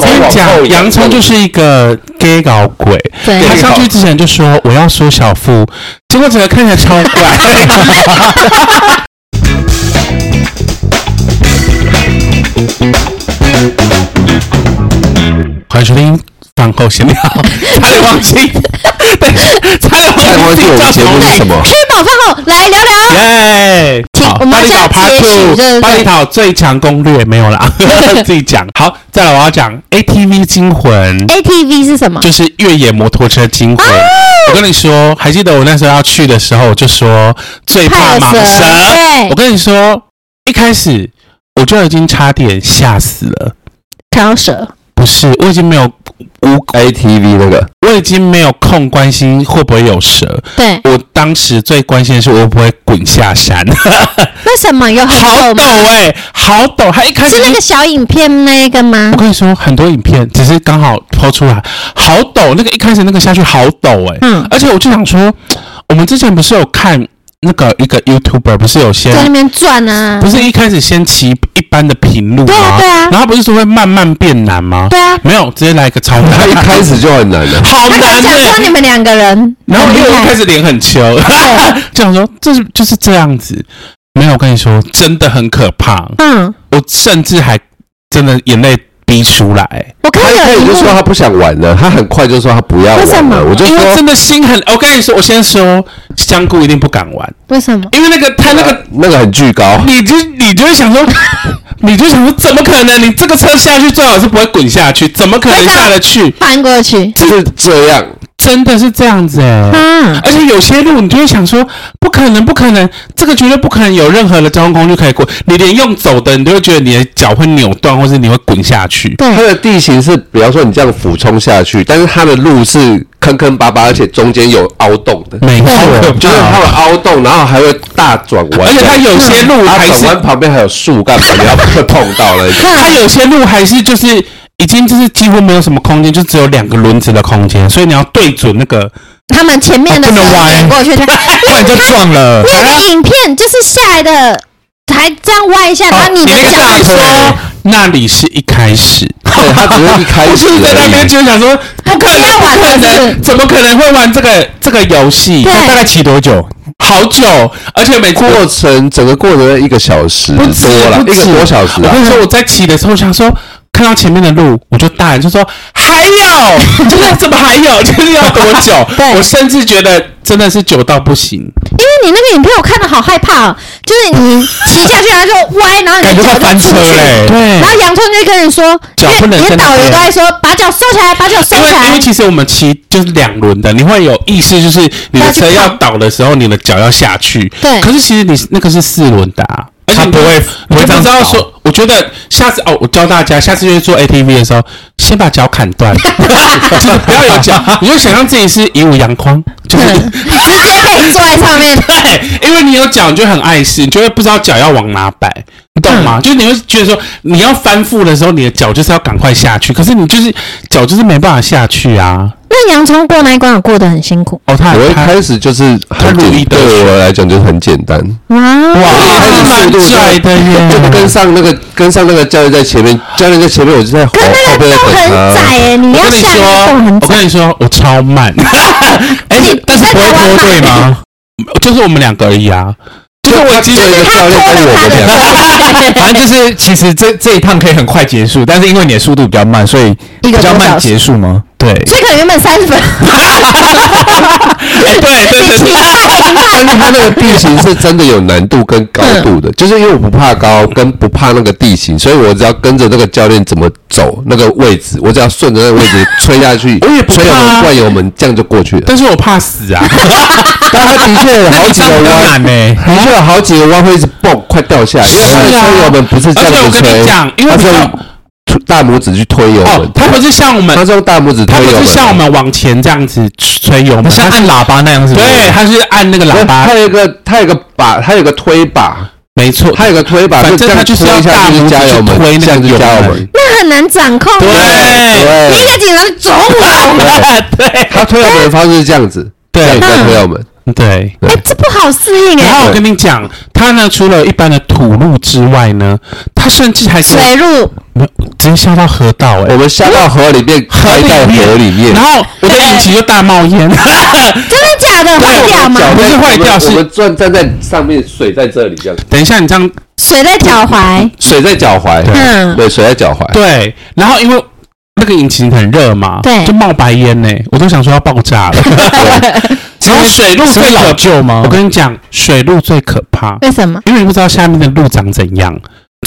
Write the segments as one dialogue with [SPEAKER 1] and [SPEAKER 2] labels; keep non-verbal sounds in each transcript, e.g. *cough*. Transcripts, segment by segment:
[SPEAKER 1] 先讲，洋葱就是一个 gay 搞鬼，
[SPEAKER 2] 对
[SPEAKER 1] 他上去之前就说我要缩小腹，结果整个看起来超怪。欢迎收听饭后闲聊， *laughs* 差点忘记，对，差点
[SPEAKER 3] 太
[SPEAKER 1] 忘
[SPEAKER 3] 忘
[SPEAKER 1] 记
[SPEAKER 3] 记我
[SPEAKER 1] 叫
[SPEAKER 3] 们节目是什么？
[SPEAKER 2] 黑宝饭后来聊聊，
[SPEAKER 1] 耶！
[SPEAKER 2] 请
[SPEAKER 1] 好，
[SPEAKER 2] 我们
[SPEAKER 1] 巴厘
[SPEAKER 2] 要
[SPEAKER 1] 岛
[SPEAKER 2] 这样
[SPEAKER 1] Part
[SPEAKER 2] 接续对
[SPEAKER 1] Two，
[SPEAKER 2] 对对
[SPEAKER 1] 巴厘岛最强攻略没有
[SPEAKER 2] *laughs*
[SPEAKER 1] 啦，自己讲。好，再来我要讲 ATV 惊魂，
[SPEAKER 2] ATV 是什么？
[SPEAKER 1] 就是越野摩托车惊魂。
[SPEAKER 2] 啊
[SPEAKER 1] 我跟你说，还记得我那时候要去的时候，我就说最怕
[SPEAKER 2] 怕
[SPEAKER 1] 蟒
[SPEAKER 2] 哦有蛇哎对
[SPEAKER 1] 我跟你说，一开始我就已经差点吓死了。
[SPEAKER 2] 看到蛇，
[SPEAKER 1] 不是，我已经没有无，
[SPEAKER 3] ATV 那个，
[SPEAKER 1] 我已经没有空关心会不会有蛇。
[SPEAKER 2] 对，
[SPEAKER 1] 我当时最关心的是我会不会滚下山。
[SPEAKER 2] 为什么有很
[SPEAKER 1] 好陡
[SPEAKER 2] 陡吗？
[SPEAKER 1] 哎、好陡！他一开始
[SPEAKER 2] 是那个小影片那个吗
[SPEAKER 1] 我？跟你说，很多影片只是刚好抛出来，好陡。那个一开始那个下去好陡哎、
[SPEAKER 2] 嗯，
[SPEAKER 1] 而且我就想说，我们之前不是有看那个一个 YouTuber，不是有些
[SPEAKER 2] 在那边转啊
[SPEAKER 1] 不，是一开始先骑一般的平路吗？
[SPEAKER 2] 对啊对啊
[SPEAKER 1] 然后不是说会慢慢变难吗？
[SPEAKER 2] 对啊。欸
[SPEAKER 1] 没有，直接来一个
[SPEAKER 2] *laughs*
[SPEAKER 1] 超
[SPEAKER 3] 他
[SPEAKER 1] 难，
[SPEAKER 3] 一开始就很难
[SPEAKER 1] *laughs*
[SPEAKER 3] 的。
[SPEAKER 1] 好
[SPEAKER 2] 他
[SPEAKER 1] 难
[SPEAKER 2] 刚讲
[SPEAKER 1] 哎、
[SPEAKER 2] 说你们两个人，
[SPEAKER 1] 然后因为我一开始脸很秋， *laughs* 就想说这是就是这样子。没有，我跟你说，真的很可怕。
[SPEAKER 2] 嗯，
[SPEAKER 1] 我甚至还真的眼泪逼出来，
[SPEAKER 2] 我
[SPEAKER 3] 他
[SPEAKER 2] 看
[SPEAKER 3] 一
[SPEAKER 2] 到
[SPEAKER 1] 哎
[SPEAKER 3] 开
[SPEAKER 2] 有
[SPEAKER 3] 始
[SPEAKER 2] 一
[SPEAKER 3] 就说
[SPEAKER 2] 幕，
[SPEAKER 3] 他不想玩了，他很快就说他不要
[SPEAKER 2] 为什
[SPEAKER 3] 玩
[SPEAKER 2] 么
[SPEAKER 3] 了。我就
[SPEAKER 1] 因为
[SPEAKER 3] 说
[SPEAKER 1] 真的心很。我跟你说，我先说香菇一定不敢玩，
[SPEAKER 2] 为什么？
[SPEAKER 1] 因为那个他那个，
[SPEAKER 3] 那个很巨高，
[SPEAKER 1] 你就你就会想说，你就想说，怎么可能？你这个车下去最好是不会滚下去，怎么可能
[SPEAKER 2] 为什么
[SPEAKER 1] 下得去？
[SPEAKER 2] 翻过去，
[SPEAKER 3] 就是这样。
[SPEAKER 1] 真的是这样子哎、
[SPEAKER 2] 啊，
[SPEAKER 1] 而且有些路你就会想说，不可能，不可能，这个绝对不可能有任何的交通工具可以过，你连用走的，你都会觉得你的脚会扭断，或是你会滚下去。
[SPEAKER 3] 它
[SPEAKER 2] 对，
[SPEAKER 3] 的地形是，比方说你这样俯冲下去，但是它的路是坑坑巴巴，而且中间有凹洞的，
[SPEAKER 1] 没错
[SPEAKER 3] 就是它有凹洞，然后还会大转弯，
[SPEAKER 1] 而且它有些路
[SPEAKER 3] 它
[SPEAKER 1] 还
[SPEAKER 3] 转
[SPEAKER 1] 是
[SPEAKER 3] 弯旁边还有树干，感觉它会碰到
[SPEAKER 1] *laughs*
[SPEAKER 3] 了。
[SPEAKER 1] 它有些路还是就是已经就是几乎没有什么空间，就只有两个轮子的空间，所以你要对准那个，哦
[SPEAKER 2] 他们前面的
[SPEAKER 1] 不能
[SPEAKER 2] 车
[SPEAKER 1] 弯
[SPEAKER 2] 碾
[SPEAKER 1] *laughs*
[SPEAKER 2] 过去，他
[SPEAKER 1] 不然就撞了。
[SPEAKER 2] 那个影片就是下来的，还这样歪一下，然
[SPEAKER 1] 哦
[SPEAKER 2] 后
[SPEAKER 1] *laughs*
[SPEAKER 2] 你
[SPEAKER 1] 那
[SPEAKER 2] 的
[SPEAKER 1] 个
[SPEAKER 2] 脚
[SPEAKER 1] 想
[SPEAKER 2] 就
[SPEAKER 1] 说那里是一开 *laughs* 始，
[SPEAKER 3] 对，它只是一开
[SPEAKER 1] 我
[SPEAKER 3] 始
[SPEAKER 1] 是在那边
[SPEAKER 3] 而
[SPEAKER 1] 就想说，不可能，
[SPEAKER 2] 要玩
[SPEAKER 1] 不可
[SPEAKER 2] 是不是
[SPEAKER 1] 能，怎么可能会玩这个这个游戏？
[SPEAKER 2] 对
[SPEAKER 1] 大概骑多久？好久，而且每
[SPEAKER 3] 已，过程整个过程一个小时
[SPEAKER 1] 不止
[SPEAKER 3] 多了，
[SPEAKER 1] 不
[SPEAKER 3] 一
[SPEAKER 1] 止
[SPEAKER 3] 个多小时
[SPEAKER 1] 我
[SPEAKER 3] 啊
[SPEAKER 1] 跟。你说，我在骑的时候想说，看到前面的路，我就大喊就说还 *laughs* 有，就是怎么还有，就是要多 *laughs* 久
[SPEAKER 2] 对？
[SPEAKER 1] 我甚至觉得真的是久到不行，
[SPEAKER 2] 因为你那个影片我看的好害怕哦，就是你骑下去然后就歪，然后你的
[SPEAKER 4] 感觉
[SPEAKER 2] 脚
[SPEAKER 4] 快
[SPEAKER 2] 就
[SPEAKER 4] 翻
[SPEAKER 2] 出
[SPEAKER 4] 车
[SPEAKER 2] 去，
[SPEAKER 4] 嘞。
[SPEAKER 1] 对
[SPEAKER 2] 然后洋葱就跟你说，
[SPEAKER 1] 脚不
[SPEAKER 2] 因为
[SPEAKER 1] 能
[SPEAKER 2] 你的
[SPEAKER 1] 跟着
[SPEAKER 2] 导游都在说把脚收起来，把脚收
[SPEAKER 1] 因为
[SPEAKER 2] 起
[SPEAKER 1] 因
[SPEAKER 2] 来
[SPEAKER 1] 为，其实我们骑就是两轮的，你会有意识，就是你的车要倒的时候，你的脚要下去。
[SPEAKER 2] 对
[SPEAKER 1] 可是其实你那个是四轮的、啊，而且
[SPEAKER 4] 它
[SPEAKER 1] 你就
[SPEAKER 4] 不会
[SPEAKER 1] 你
[SPEAKER 4] 不
[SPEAKER 1] 就不
[SPEAKER 4] 会这样
[SPEAKER 1] 知道
[SPEAKER 4] 倒
[SPEAKER 1] 说，我觉得下次哦，我教大家，下次就是做 ATV 的时候，先把脚砍断， *laughs* 就是不要有 *laughs* 脚，你就想象自己是一五阳光，就是。
[SPEAKER 2] 嗯直接
[SPEAKER 1] *laughs*
[SPEAKER 2] 可以坐在上面。
[SPEAKER 1] 对，因为你有脚，你就很碍事，你就会不知道脚要往哪摆，你懂
[SPEAKER 2] 嗯
[SPEAKER 1] 吗？就是你会觉得说，你要翻覆的时候，你的脚就是要赶快下去，可是你就是脚就是没办法下去啊。
[SPEAKER 2] 那洋葱过那一关，我过得很辛苦
[SPEAKER 1] 哦，他
[SPEAKER 3] 我一
[SPEAKER 1] 他
[SPEAKER 3] 开始就是
[SPEAKER 1] 它
[SPEAKER 3] 很
[SPEAKER 1] 路易
[SPEAKER 3] 简，
[SPEAKER 1] 德
[SPEAKER 3] 对我来讲就是很简单，
[SPEAKER 2] 哇！
[SPEAKER 1] 哇
[SPEAKER 3] 一开始速度
[SPEAKER 1] 蛮拽的耶
[SPEAKER 3] 就
[SPEAKER 2] *laughs*
[SPEAKER 3] 跟上那个跟上那个教练在前面，教练在前面，我就在后
[SPEAKER 2] 可是那
[SPEAKER 3] 后
[SPEAKER 2] 个
[SPEAKER 3] 面在
[SPEAKER 2] 洞
[SPEAKER 3] 等他。
[SPEAKER 2] 很窄哎，你要
[SPEAKER 1] 我跟你
[SPEAKER 2] 下那个
[SPEAKER 1] 说，
[SPEAKER 2] 洞很
[SPEAKER 1] 我
[SPEAKER 2] 窄。
[SPEAKER 1] 跟你说，我超慢，
[SPEAKER 2] *laughs*
[SPEAKER 1] 哎、
[SPEAKER 2] 你
[SPEAKER 1] 但是
[SPEAKER 2] 你在
[SPEAKER 1] 不会
[SPEAKER 2] 台湾
[SPEAKER 1] 脱队
[SPEAKER 2] 吗
[SPEAKER 1] 吗？就是我们两个而已啊，就是我其
[SPEAKER 3] 就
[SPEAKER 1] 实
[SPEAKER 3] 是
[SPEAKER 2] 他
[SPEAKER 3] 教
[SPEAKER 2] 拖
[SPEAKER 3] 练
[SPEAKER 2] 了
[SPEAKER 3] 跟我
[SPEAKER 2] 他
[SPEAKER 3] 们 *laughs* 两个
[SPEAKER 2] 的
[SPEAKER 4] 反正就是，其实这这一趟可以很快结束，但是因为你的速度比较慢，所以
[SPEAKER 2] 一个
[SPEAKER 4] 比
[SPEAKER 2] 多
[SPEAKER 4] 较慢
[SPEAKER 2] 小时，
[SPEAKER 4] 结束吗？
[SPEAKER 2] *laughs*
[SPEAKER 4] 对，
[SPEAKER 2] 所以可能原本三十分，
[SPEAKER 1] 哎对对对
[SPEAKER 2] 你骑
[SPEAKER 1] 对，
[SPEAKER 2] 太
[SPEAKER 3] 但是它那个地形是真的有难度跟高度
[SPEAKER 2] *laughs*
[SPEAKER 3] 的，就是因为我不怕高，跟不怕那个地形，所以我只要跟着那个教练怎么走那个位置，我只要顺着那个位置吹下去，
[SPEAKER 1] 我也不怕
[SPEAKER 3] 吹油门灌油门，这样就过去了。
[SPEAKER 1] 但是我怕死啊，
[SPEAKER 3] 但它的确有好几个 *laughs*
[SPEAKER 4] 当
[SPEAKER 3] 弯，
[SPEAKER 4] 然呢，
[SPEAKER 3] 的确有好几个弯会一直蹦，快掉下来，因为它的
[SPEAKER 1] 是啊
[SPEAKER 3] 吹油门不是这
[SPEAKER 1] 而
[SPEAKER 3] 样
[SPEAKER 1] 且我
[SPEAKER 3] 子
[SPEAKER 1] 跟
[SPEAKER 3] 吹
[SPEAKER 1] 你，讲，因为
[SPEAKER 3] 它
[SPEAKER 1] 你
[SPEAKER 3] 是
[SPEAKER 1] 知道
[SPEAKER 3] 用大拇指去推油
[SPEAKER 1] 哦
[SPEAKER 3] 门，，
[SPEAKER 1] 它不是像我们
[SPEAKER 3] 它是用大拇指
[SPEAKER 1] 它
[SPEAKER 3] 推
[SPEAKER 1] 不
[SPEAKER 3] 油
[SPEAKER 1] 是
[SPEAKER 3] 门。
[SPEAKER 1] 像我们往前这样子吹油门，
[SPEAKER 4] 它像
[SPEAKER 1] 它
[SPEAKER 4] 按
[SPEAKER 1] 是
[SPEAKER 4] 喇叭那样是不是？
[SPEAKER 1] 对，它是按那个喇叭
[SPEAKER 3] 它，有一个，它有一个把，它有一个推把，
[SPEAKER 1] 没错，
[SPEAKER 3] 它有一个推把，
[SPEAKER 1] 反正
[SPEAKER 3] 这
[SPEAKER 1] 它
[SPEAKER 3] 样
[SPEAKER 1] 就是要
[SPEAKER 3] 推下
[SPEAKER 1] 大
[SPEAKER 3] 去
[SPEAKER 1] 拇
[SPEAKER 3] 就
[SPEAKER 1] 指
[SPEAKER 3] 加油门，
[SPEAKER 1] 推那
[SPEAKER 3] 这样
[SPEAKER 1] 个
[SPEAKER 3] 就
[SPEAKER 1] 油
[SPEAKER 3] 加油门
[SPEAKER 1] 门。。
[SPEAKER 2] 那很难掌控。啊
[SPEAKER 1] 对
[SPEAKER 2] 你一
[SPEAKER 3] 对，
[SPEAKER 2] 个警察走我。
[SPEAKER 1] 对
[SPEAKER 3] 他推我们的方式是这样子，
[SPEAKER 1] 对
[SPEAKER 3] 对，他推我们，
[SPEAKER 1] *laughs* 对。
[SPEAKER 2] 哎，这不好适应
[SPEAKER 1] 然
[SPEAKER 2] 哎，
[SPEAKER 1] 后我跟你讲，它呢除了一般的土路之外呢，它甚至还是有
[SPEAKER 2] 水路
[SPEAKER 1] 没有直接下到河道哎、
[SPEAKER 3] 我们下到河里面，开到河里面
[SPEAKER 1] 然，后哎我的引擎就大冒烟，
[SPEAKER 2] 真的假的？坏掉吗？
[SPEAKER 3] 脚
[SPEAKER 1] 不是坏掉
[SPEAKER 3] 我们
[SPEAKER 1] 是嗯
[SPEAKER 3] 我们站站在上面，水在这里这样，
[SPEAKER 1] *laughs* 等一下你这样
[SPEAKER 2] 水在脚踝，
[SPEAKER 3] 水在脚踝，
[SPEAKER 2] 嗯
[SPEAKER 3] 对，水在脚踝，
[SPEAKER 1] 对，然后因为那个引擎很热嘛，
[SPEAKER 2] 对
[SPEAKER 1] 就冒白烟呢、我都想说要爆炸
[SPEAKER 2] *laughs*
[SPEAKER 1] 了。然后水路最
[SPEAKER 4] 是
[SPEAKER 1] 可
[SPEAKER 4] 老旧吗
[SPEAKER 1] 我跟你讲，水路最可怕，
[SPEAKER 2] 为什么？
[SPEAKER 1] 因为你不知道下面的路长怎样，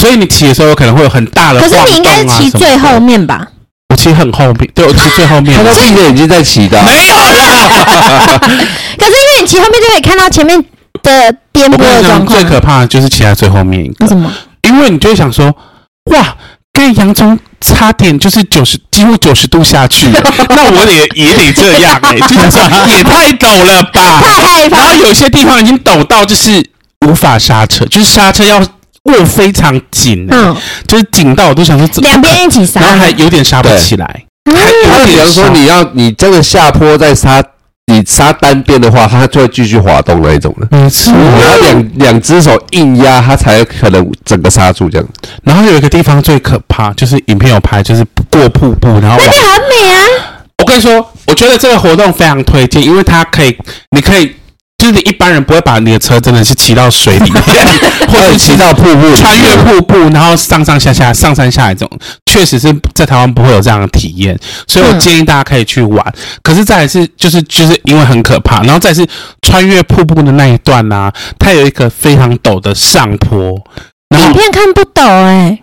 [SPEAKER 1] 所以你骑的时候有可能会有很大的、
[SPEAKER 2] 可
[SPEAKER 1] 晃
[SPEAKER 2] 是你应该是
[SPEAKER 1] 动啊
[SPEAKER 2] 骑
[SPEAKER 1] 什么的
[SPEAKER 2] 最后，面吧？
[SPEAKER 1] 我骑很后面，对我骑最后面
[SPEAKER 2] *laughs*
[SPEAKER 3] 他。到地面已经在起的，啊
[SPEAKER 1] 没有啦，
[SPEAKER 2] 可是因为你骑后面就可以看到前面的颠簸
[SPEAKER 1] 我跟
[SPEAKER 2] 的
[SPEAKER 1] 你
[SPEAKER 2] 状
[SPEAKER 1] 讲，
[SPEAKER 2] 况
[SPEAKER 1] 最。可怕的就是骑在最后面一个
[SPEAKER 2] 为，什么？
[SPEAKER 1] 因为你就会想说，哇，盖洋葱差点就是九十，几乎九十度下
[SPEAKER 2] *laughs*
[SPEAKER 1] 去了，那我也也得这样哎、就想说也太陡了吧，
[SPEAKER 2] *laughs* 太害
[SPEAKER 1] 然
[SPEAKER 2] 怕
[SPEAKER 1] 后有些地方已经陡到就是无法刹车，就是刹车要握非常紧、欸，
[SPEAKER 2] 嗯，
[SPEAKER 1] 就是紧到我都想说怎么
[SPEAKER 2] 两边一起嗯刹
[SPEAKER 1] 可能，然后还有点刹不起来，
[SPEAKER 3] 他比方
[SPEAKER 1] 啊
[SPEAKER 3] 说你要你这个下坡再刹，你刹单边的话，它就会继续滑动那一种的。
[SPEAKER 1] 没错。
[SPEAKER 3] 你要两两只手硬压，它才可能整个刹住这样。
[SPEAKER 1] 然后有一个地方最可怕，就是影片有拍，就是过瀑布，然后往
[SPEAKER 2] 那个很美啊，
[SPEAKER 1] 我跟你说，我觉得这个活动非常推荐，因为它可以，你可以，就是你一般人不会把你的车真的是骑到水
[SPEAKER 4] *laughs*
[SPEAKER 1] 里面， *laughs* 或
[SPEAKER 3] 还
[SPEAKER 1] 者
[SPEAKER 3] 有骑
[SPEAKER 1] 骑到
[SPEAKER 3] 到瀑布，
[SPEAKER 1] 穿越瀑布，然后上上下下、上山下海这种，确实是在台湾不会有这样的体验，所以我
[SPEAKER 2] 嗯
[SPEAKER 1] 建议大家可以去玩。可是再来是，就是就是因为很可怕，然后再来是穿越瀑布的那一段啊，它有一个非常陡的上坡，然
[SPEAKER 2] 影
[SPEAKER 1] 后
[SPEAKER 2] 片看不懂哎，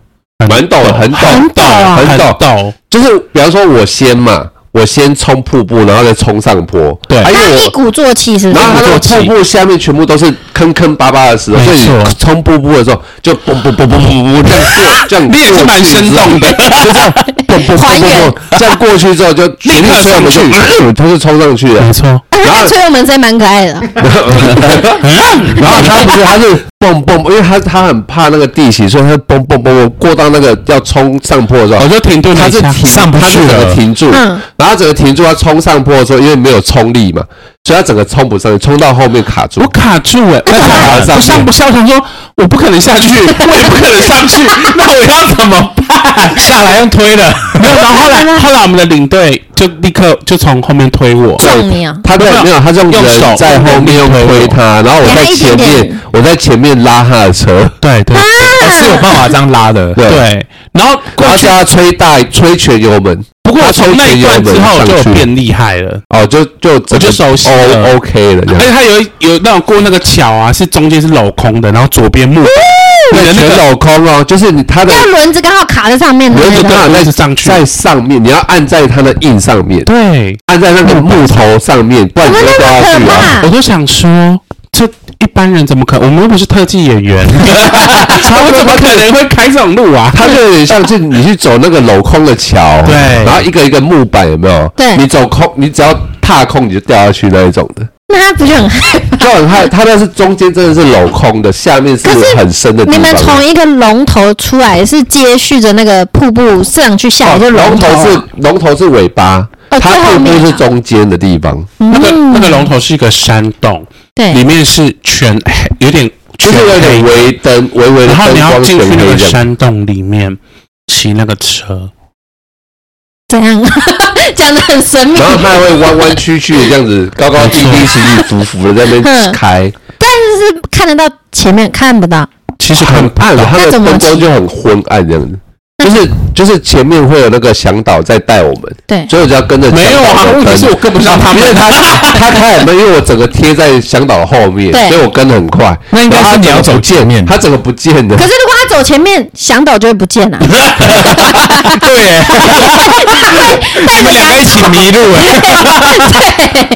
[SPEAKER 3] 蛮陡的很陡
[SPEAKER 1] 很陡啊，
[SPEAKER 3] 很陡
[SPEAKER 1] 很
[SPEAKER 4] 哦
[SPEAKER 1] 陡，
[SPEAKER 3] 就是比方说我先嘛，我先冲瀑布，然后再冲上坡。
[SPEAKER 1] 对
[SPEAKER 3] 啊、因
[SPEAKER 2] 大家
[SPEAKER 3] 为
[SPEAKER 2] 一
[SPEAKER 3] 我。
[SPEAKER 2] 鼓作气
[SPEAKER 1] 嗯
[SPEAKER 2] 是不
[SPEAKER 3] 然
[SPEAKER 2] 是？
[SPEAKER 3] 后它那个瀑布下面全部都是坑坑巴巴的石头，
[SPEAKER 1] 没
[SPEAKER 3] 所以
[SPEAKER 1] 错
[SPEAKER 3] 你冲瀑布的时候就嘣嘣嘣嘣嘣嘣这样过，这样
[SPEAKER 1] 你也是蛮生动的，
[SPEAKER 3] 过去之后，嘣嘣
[SPEAKER 2] 还
[SPEAKER 3] 嘣嘣
[SPEAKER 2] 原
[SPEAKER 3] 嘣，这样过去之后就全力吹我们就，它是冲上去的。
[SPEAKER 1] 没错。
[SPEAKER 2] 哎
[SPEAKER 3] 然
[SPEAKER 2] 那
[SPEAKER 3] 后
[SPEAKER 2] 个吹油门声蛮可爱的，
[SPEAKER 3] 然后他不是，他是蹦蹦，因为他他很怕那个地形，所以他是蹦蹦蹦蹦过到那个要冲上坡的时候
[SPEAKER 1] 我，哦就停顿了
[SPEAKER 3] 他
[SPEAKER 1] 一
[SPEAKER 3] 是
[SPEAKER 1] 下，
[SPEAKER 3] 停
[SPEAKER 4] 上不
[SPEAKER 3] 他是
[SPEAKER 4] 去
[SPEAKER 3] 整个
[SPEAKER 4] 了
[SPEAKER 3] 停住，
[SPEAKER 2] 嗯
[SPEAKER 3] 然后整个停住，他冲上坡的时候，因为没有冲力嘛，所以他整个冲不上去，冲到后面卡住
[SPEAKER 1] 我。卡住哎、欸，
[SPEAKER 3] 卡
[SPEAKER 1] 我
[SPEAKER 3] 上面
[SPEAKER 1] 上我上不下，我想说我不可能下去， *laughs* 我也不可能上去， *laughs* 那我要怎么办？
[SPEAKER 4] 下来用推的，
[SPEAKER 1] 没有，然后后来后来我们的领队就立刻就从后面推我，
[SPEAKER 2] 撞你啊！
[SPEAKER 3] 他
[SPEAKER 1] 没
[SPEAKER 3] 在
[SPEAKER 1] 有
[SPEAKER 3] 没有，他是用
[SPEAKER 1] 用手
[SPEAKER 3] 人在后面用推他，然后我
[SPEAKER 2] 给他
[SPEAKER 3] 在
[SPEAKER 2] 一
[SPEAKER 3] 前
[SPEAKER 2] 点
[SPEAKER 3] 面
[SPEAKER 2] 点，
[SPEAKER 3] 我在前面拉他的车，
[SPEAKER 1] 对对
[SPEAKER 4] 哦是有办法这样拉的。
[SPEAKER 3] 对，
[SPEAKER 1] 对，然后
[SPEAKER 3] 然
[SPEAKER 1] 过
[SPEAKER 3] 后
[SPEAKER 1] 去
[SPEAKER 3] 叫，他吹大吹全油门。
[SPEAKER 1] 不过我从那一段之后就有变厉害了。
[SPEAKER 3] 哦，就就整个
[SPEAKER 1] 我就熟悉了
[SPEAKER 3] 哦，OK 了，这
[SPEAKER 1] 而且
[SPEAKER 2] 哎
[SPEAKER 3] 样
[SPEAKER 1] 它有一有那种过那个桥啊，是中间是镂空的，然后左边木，你的
[SPEAKER 3] 对，
[SPEAKER 1] 那
[SPEAKER 3] 全
[SPEAKER 1] 个
[SPEAKER 3] 镂空哦，就是你他的
[SPEAKER 2] 要轮子刚好卡在上面的
[SPEAKER 3] 轮
[SPEAKER 2] 那
[SPEAKER 3] 子
[SPEAKER 2] 个
[SPEAKER 3] 刚好在
[SPEAKER 1] 是上去
[SPEAKER 3] 在上面，你要按在它的印上面，
[SPEAKER 1] 对，
[SPEAKER 3] 按在那个木头上面，不然你
[SPEAKER 2] 怎
[SPEAKER 3] 会掉
[SPEAKER 2] 么哦那
[SPEAKER 3] 下
[SPEAKER 2] 么可
[SPEAKER 3] 去啊。
[SPEAKER 2] 怕？
[SPEAKER 1] 我都想说这一般人怎么可能？我们又不是特技演员，我怎么可能会开这种路啊？
[SPEAKER 3] 它就有点像是你去走那个镂空的桥，
[SPEAKER 1] 对
[SPEAKER 3] 然后一个一个木板有没有？
[SPEAKER 2] 对
[SPEAKER 3] 你走空，你只要踏空你就掉下去那一种的，
[SPEAKER 2] 那他不就很害怕？
[SPEAKER 3] 就很害。它那是中间真的是镂空的，下面是
[SPEAKER 2] 可是
[SPEAKER 3] 很深的地
[SPEAKER 2] 你
[SPEAKER 3] 方。啊
[SPEAKER 2] 们从一个龙头出来，是接续着那个瀑布上去下来，就
[SPEAKER 3] 哦龙头
[SPEAKER 2] 头啊
[SPEAKER 3] 是龙头是尾巴，
[SPEAKER 2] 哦
[SPEAKER 3] 它
[SPEAKER 2] 最后
[SPEAKER 3] 瀑
[SPEAKER 2] 面
[SPEAKER 3] 布
[SPEAKER 2] 啊
[SPEAKER 3] 是中间的地方，
[SPEAKER 1] 那个那个龙头是一个山洞，里
[SPEAKER 2] 对，
[SPEAKER 1] 面是全黑，有点
[SPEAKER 3] 就
[SPEAKER 1] 全
[SPEAKER 3] 是有点
[SPEAKER 1] 黑，
[SPEAKER 3] 微灯，微微的
[SPEAKER 1] 然后
[SPEAKER 3] 灯
[SPEAKER 1] 你要
[SPEAKER 3] 光
[SPEAKER 1] 进
[SPEAKER 3] 全
[SPEAKER 1] 去那
[SPEAKER 3] 黑
[SPEAKER 1] 个
[SPEAKER 3] 这样。
[SPEAKER 1] 山洞里面骑那个车，
[SPEAKER 2] 怎样？ *laughs* 讲的很神秘
[SPEAKER 3] 然。后它会弯弯曲曲的这样子，高高低低、起起伏伏的在那边
[SPEAKER 2] 嗯
[SPEAKER 3] 开，
[SPEAKER 2] 就是看得到前面看不到，
[SPEAKER 1] 其实
[SPEAKER 3] 很
[SPEAKER 1] 很
[SPEAKER 3] 暗了，它
[SPEAKER 2] 那
[SPEAKER 3] 的
[SPEAKER 2] 怎么
[SPEAKER 3] 灯光
[SPEAKER 2] 骑
[SPEAKER 3] 就很昏暗这样子。就是就是前面会有那个向导在带我们，
[SPEAKER 2] 对
[SPEAKER 3] 所以我就要跟着向导的
[SPEAKER 1] 没
[SPEAKER 3] 灯。
[SPEAKER 1] 有啊，问题是我跟不上他
[SPEAKER 3] 因
[SPEAKER 1] 们
[SPEAKER 3] 为。他他开很慢，因为我整个贴在向导后面，
[SPEAKER 2] 对
[SPEAKER 3] 所以我跟的很快。
[SPEAKER 4] 那应该是你要走前面
[SPEAKER 3] 他整个不见的
[SPEAKER 2] 可，是如果他走前面，响斗就会不见
[SPEAKER 4] *laughs*
[SPEAKER 2] 了、啊。
[SPEAKER 4] *laughs* 对耶，
[SPEAKER 2] 你
[SPEAKER 4] 你们两个一起
[SPEAKER 2] *laughs*
[SPEAKER 4] 迷路哎。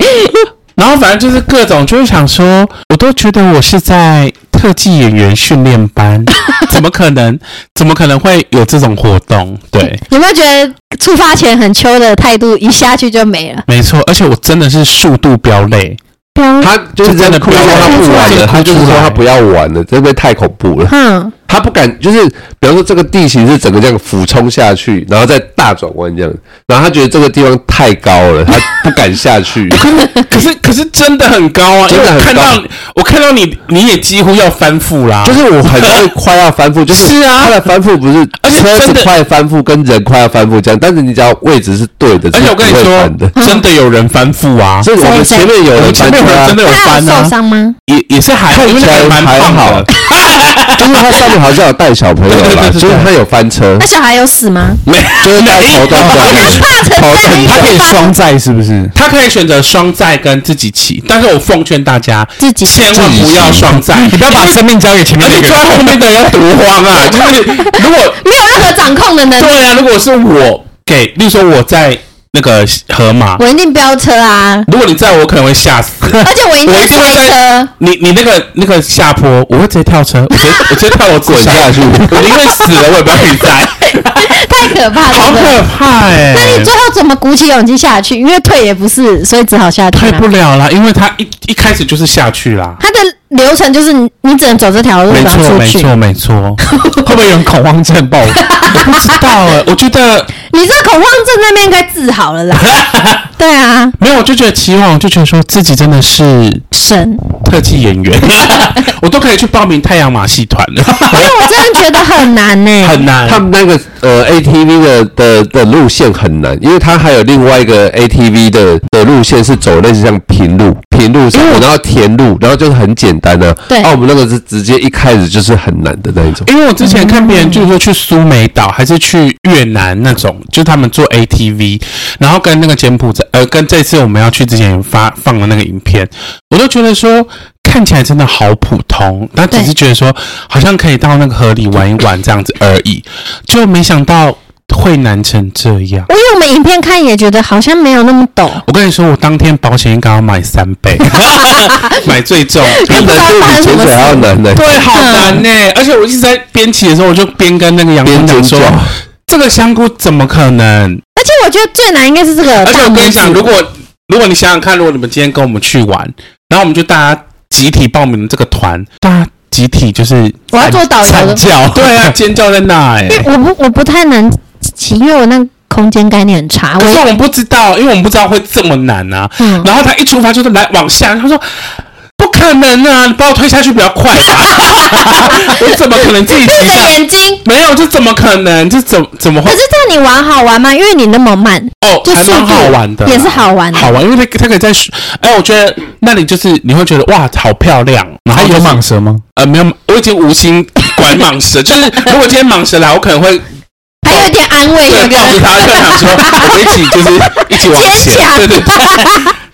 [SPEAKER 1] *laughs* 然后反正就是各种，就是想说，我都觉得我是在特技演员训练班，怎么可能？怎么可能会有这种活动？对，
[SPEAKER 2] 有没有觉得出发前很秋的态度，一下去就没了？
[SPEAKER 1] 没错，而且我真的是速度飙泪，
[SPEAKER 2] 不要，
[SPEAKER 3] 他就是在
[SPEAKER 1] 真的
[SPEAKER 3] 哭说
[SPEAKER 1] 不要
[SPEAKER 3] 他不玩
[SPEAKER 1] 真
[SPEAKER 3] 了，
[SPEAKER 1] 的哭
[SPEAKER 3] 他就是
[SPEAKER 1] 出
[SPEAKER 3] 说
[SPEAKER 1] 来
[SPEAKER 3] 他不要玩了，这边太恐怖了。
[SPEAKER 2] 嗯，
[SPEAKER 3] 他不敢，就是比方说这个地形是整个这样俯冲下去，然后再大转弯这样，然后他觉得这个地方太高了，他不敢下去。
[SPEAKER 1] *laughs* 可是可是真的很高啊，因
[SPEAKER 3] 真
[SPEAKER 1] 为
[SPEAKER 3] 的
[SPEAKER 1] 我
[SPEAKER 3] 很
[SPEAKER 1] 看
[SPEAKER 3] 高
[SPEAKER 1] 到我看到你，你也几乎要翻覆啦。
[SPEAKER 3] 就是我很容易快要翻覆，就是
[SPEAKER 1] 啊是啊
[SPEAKER 3] 他的翻覆不是
[SPEAKER 1] 而且
[SPEAKER 3] 车
[SPEAKER 1] 真
[SPEAKER 3] 子
[SPEAKER 1] 的
[SPEAKER 3] 快翻覆跟人快要翻覆这样，但是你只要位置是对的，
[SPEAKER 1] 而且我跟你
[SPEAKER 3] 是不会翻的
[SPEAKER 1] 说， *laughs* 真的有人翻覆
[SPEAKER 3] *laughs*
[SPEAKER 1] 啊，
[SPEAKER 3] 所以我们前面有
[SPEAKER 1] 我
[SPEAKER 3] 人
[SPEAKER 1] 们前
[SPEAKER 3] 翻
[SPEAKER 1] 面有
[SPEAKER 3] 车啊
[SPEAKER 1] 人真的有
[SPEAKER 2] 他有
[SPEAKER 1] 翻啊
[SPEAKER 2] 受，伤吗？
[SPEAKER 1] 也也是还，因为那个人蛮
[SPEAKER 3] 看起来
[SPEAKER 1] 胖
[SPEAKER 3] 还好
[SPEAKER 1] 的，
[SPEAKER 3] 就是他上面好像有带小朋友
[SPEAKER 1] 对对
[SPEAKER 3] 啦，
[SPEAKER 1] 对对
[SPEAKER 3] 就是他有翻车
[SPEAKER 2] 那，小孩有死吗？
[SPEAKER 1] 没
[SPEAKER 3] 就是带头灯
[SPEAKER 1] 没有
[SPEAKER 3] 的，
[SPEAKER 2] 怕成
[SPEAKER 3] 头
[SPEAKER 2] 这
[SPEAKER 3] 灯
[SPEAKER 2] 样
[SPEAKER 4] 他可以双载是不是？
[SPEAKER 1] 他可以选择双载跟自己骑，但是我奉劝大家，
[SPEAKER 2] 自己
[SPEAKER 1] 千万不要双载，
[SPEAKER 4] 你不要把生命交给前面
[SPEAKER 1] 而且
[SPEAKER 4] 那个
[SPEAKER 1] 坐在
[SPEAKER 4] 人。
[SPEAKER 1] 后面的人要多慌啊！就是如果
[SPEAKER 2] 没有任何掌控的能力，
[SPEAKER 1] 对啊，如果是我给，例如说我在那个河马，，
[SPEAKER 2] 我一定飙车啊 *laughs*
[SPEAKER 1] 如果你在我可能会吓死，
[SPEAKER 2] 而且我一定
[SPEAKER 1] 我一定会
[SPEAKER 2] 摔
[SPEAKER 1] 在
[SPEAKER 2] 车。
[SPEAKER 1] 你你那个那个下坡，我会直接跳
[SPEAKER 2] *laughs*
[SPEAKER 1] 车，我直接我直接跳我
[SPEAKER 3] 滚下去
[SPEAKER 1] 我宁愿死了，我也不要跟你在，
[SPEAKER 2] 太可怕了，
[SPEAKER 1] 好
[SPEAKER 2] 对不对
[SPEAKER 1] 可怕哎、
[SPEAKER 2] 那你最后怎么鼓起勇气下去？因为退也不是，所以只好下去啊
[SPEAKER 1] 退
[SPEAKER 2] 啦。
[SPEAKER 1] 不了啦，因为他一一开始就是下去啦。
[SPEAKER 2] 它的流程就是你你只能走这条路，
[SPEAKER 1] 没
[SPEAKER 2] 然后
[SPEAKER 1] 错，
[SPEAKER 2] 出
[SPEAKER 1] 没
[SPEAKER 2] 去。
[SPEAKER 1] 错，没
[SPEAKER 2] *laughs*
[SPEAKER 1] 错。
[SPEAKER 4] 会不会有人恐慌症爆发？
[SPEAKER 1] 我不知道哎、我觉得
[SPEAKER 2] 你这恐慌症那边应该治好了啦。
[SPEAKER 4] *laughs*
[SPEAKER 2] 对啊，
[SPEAKER 1] 没有，我就觉得期望，我就觉得说自己真的是
[SPEAKER 2] 神，
[SPEAKER 1] 特技演
[SPEAKER 2] *laughs*
[SPEAKER 1] 员，我都可以去报名太阳马戏团了，
[SPEAKER 2] 因为我真的觉得很难欸呢、
[SPEAKER 1] 很难。
[SPEAKER 3] 他们那个呃 ATV 的的的路线很难，因为它还有另外一个 ATV 的的路线是走类似像平路、平路上，然后田路，然后就是很简单的、啊。
[SPEAKER 2] 对
[SPEAKER 3] 啊，我们那个是直接一开始就是很难的那一种。
[SPEAKER 1] 因为我之前看别人，就是说去苏梅岛还是去越南那种，就是他们做 ATV，然后跟那个柬埔寨，呃，跟这次我们要去之前发放的那个影片，我都觉得说看起来真的好普通，但只是
[SPEAKER 2] 对
[SPEAKER 1] 觉得说好像可以到那个河里玩一玩这样子而已，就没想到会难成这样。
[SPEAKER 2] 我用我们影片看也觉得好像没有那么陡，
[SPEAKER 1] 我跟你说，我当天保险应该要买三倍，买最重。
[SPEAKER 3] 它 *laughs* 难度比潜水还要难呢、
[SPEAKER 1] 对，好难呢、而且我一直在边骑的时候，我就边跟那个杨
[SPEAKER 3] 边
[SPEAKER 1] 工
[SPEAKER 3] 尖
[SPEAKER 1] 讲
[SPEAKER 3] 叫
[SPEAKER 1] 说，这个香菇怎么可能？
[SPEAKER 2] 而且我觉得最难应该是这个
[SPEAKER 1] 而且
[SPEAKER 2] 大
[SPEAKER 1] 我跟
[SPEAKER 2] 拇
[SPEAKER 1] 你讲，
[SPEAKER 2] 指。
[SPEAKER 1] 如果如果你想想看，如果你们今天跟我们去玩，然后我们就大家集体报名这个团，大家集体就是
[SPEAKER 2] 我要做导游
[SPEAKER 1] 惨
[SPEAKER 2] 的， *laughs*
[SPEAKER 1] 叫，对啊，尖叫在那哎、
[SPEAKER 2] 因为我不我不太能骑，因为我那个空间概念很差。
[SPEAKER 1] 可是
[SPEAKER 2] 我
[SPEAKER 1] 我们不知道，因为我们不知道会这么难啊。
[SPEAKER 2] 嗯
[SPEAKER 1] 然后他一出发就是来往下，他说。不可能啊！你把我推下去比较快吧， *laughs* 我怎么可能自己
[SPEAKER 2] 闭 *laughs*
[SPEAKER 1] 骑
[SPEAKER 2] 着
[SPEAKER 1] 上？
[SPEAKER 2] 眼睛。
[SPEAKER 1] 没有，这怎么可能？这怎怎么会
[SPEAKER 2] 可？是这样你玩好玩吗？因为你那么慢，
[SPEAKER 1] 哦，
[SPEAKER 2] 就
[SPEAKER 1] 还
[SPEAKER 2] 速
[SPEAKER 1] 蛮
[SPEAKER 2] 度
[SPEAKER 1] 好玩的，
[SPEAKER 2] 也是好玩的
[SPEAKER 1] 好玩，因为它它可以在水，哎，我觉得那里就是你会觉得哇，好漂亮，然后
[SPEAKER 4] 还
[SPEAKER 1] 就
[SPEAKER 4] 有
[SPEAKER 1] 是
[SPEAKER 4] 蟒蛇吗？
[SPEAKER 1] 呃没有，我已经无心管蟒蛇，就是 *laughs* 如果今天蟒蛇来，我可能会
[SPEAKER 2] 还有一点安慰，对
[SPEAKER 1] 对
[SPEAKER 2] 不
[SPEAKER 1] 抱
[SPEAKER 2] 对
[SPEAKER 1] 住？它，就想说我们一起就是一起往
[SPEAKER 2] 牵
[SPEAKER 1] 前，
[SPEAKER 2] 强 *laughs*
[SPEAKER 1] 对对对，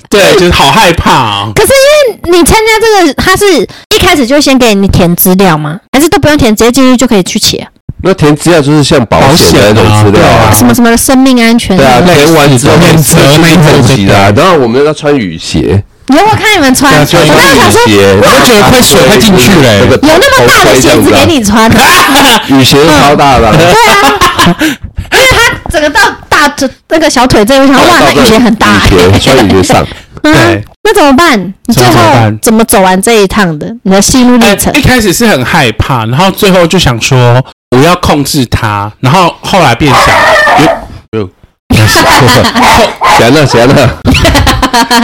[SPEAKER 1] 对，就是好害怕啊。
[SPEAKER 2] 可是因为你参加这个，他是一开始就先给你填资料吗？还是都不用填，直接进去就可以去写、
[SPEAKER 3] 那填资料就是像保险的那种资料
[SPEAKER 1] 保
[SPEAKER 3] 啊
[SPEAKER 1] 险啊。
[SPEAKER 2] 什么什么生命安全？
[SPEAKER 3] 对啊，填完之后
[SPEAKER 4] 类似的
[SPEAKER 3] 那一层级的啊，然后我们要穿雨鞋，
[SPEAKER 2] 有我看你们穿，我
[SPEAKER 1] 对啊
[SPEAKER 2] 刚刚想说
[SPEAKER 3] 雨鞋，
[SPEAKER 4] 我就觉得会水快进去了欸
[SPEAKER 3] 那个
[SPEAKER 2] 有那么大的鞋子给你穿，对啊，
[SPEAKER 3] 雨鞋超大的啊，
[SPEAKER 2] 因为他整个到大腿那个小腿这里，我想哇，啊那雨鞋很大、
[SPEAKER 3] 雨鞋穿雨鞋
[SPEAKER 2] *laughs*
[SPEAKER 3] 上，
[SPEAKER 2] 嗯
[SPEAKER 1] 对，
[SPEAKER 2] 那怎么办？你最
[SPEAKER 1] 怎么
[SPEAKER 2] 后
[SPEAKER 1] 办
[SPEAKER 2] 怎么走完这一趟的？你的心路历程
[SPEAKER 1] 哎一？开始是很害怕，然后最后就想说我要控制它，然后后来变
[SPEAKER 2] 啊
[SPEAKER 1] 想，
[SPEAKER 3] 行了行
[SPEAKER 2] *laughs*
[SPEAKER 3] 了，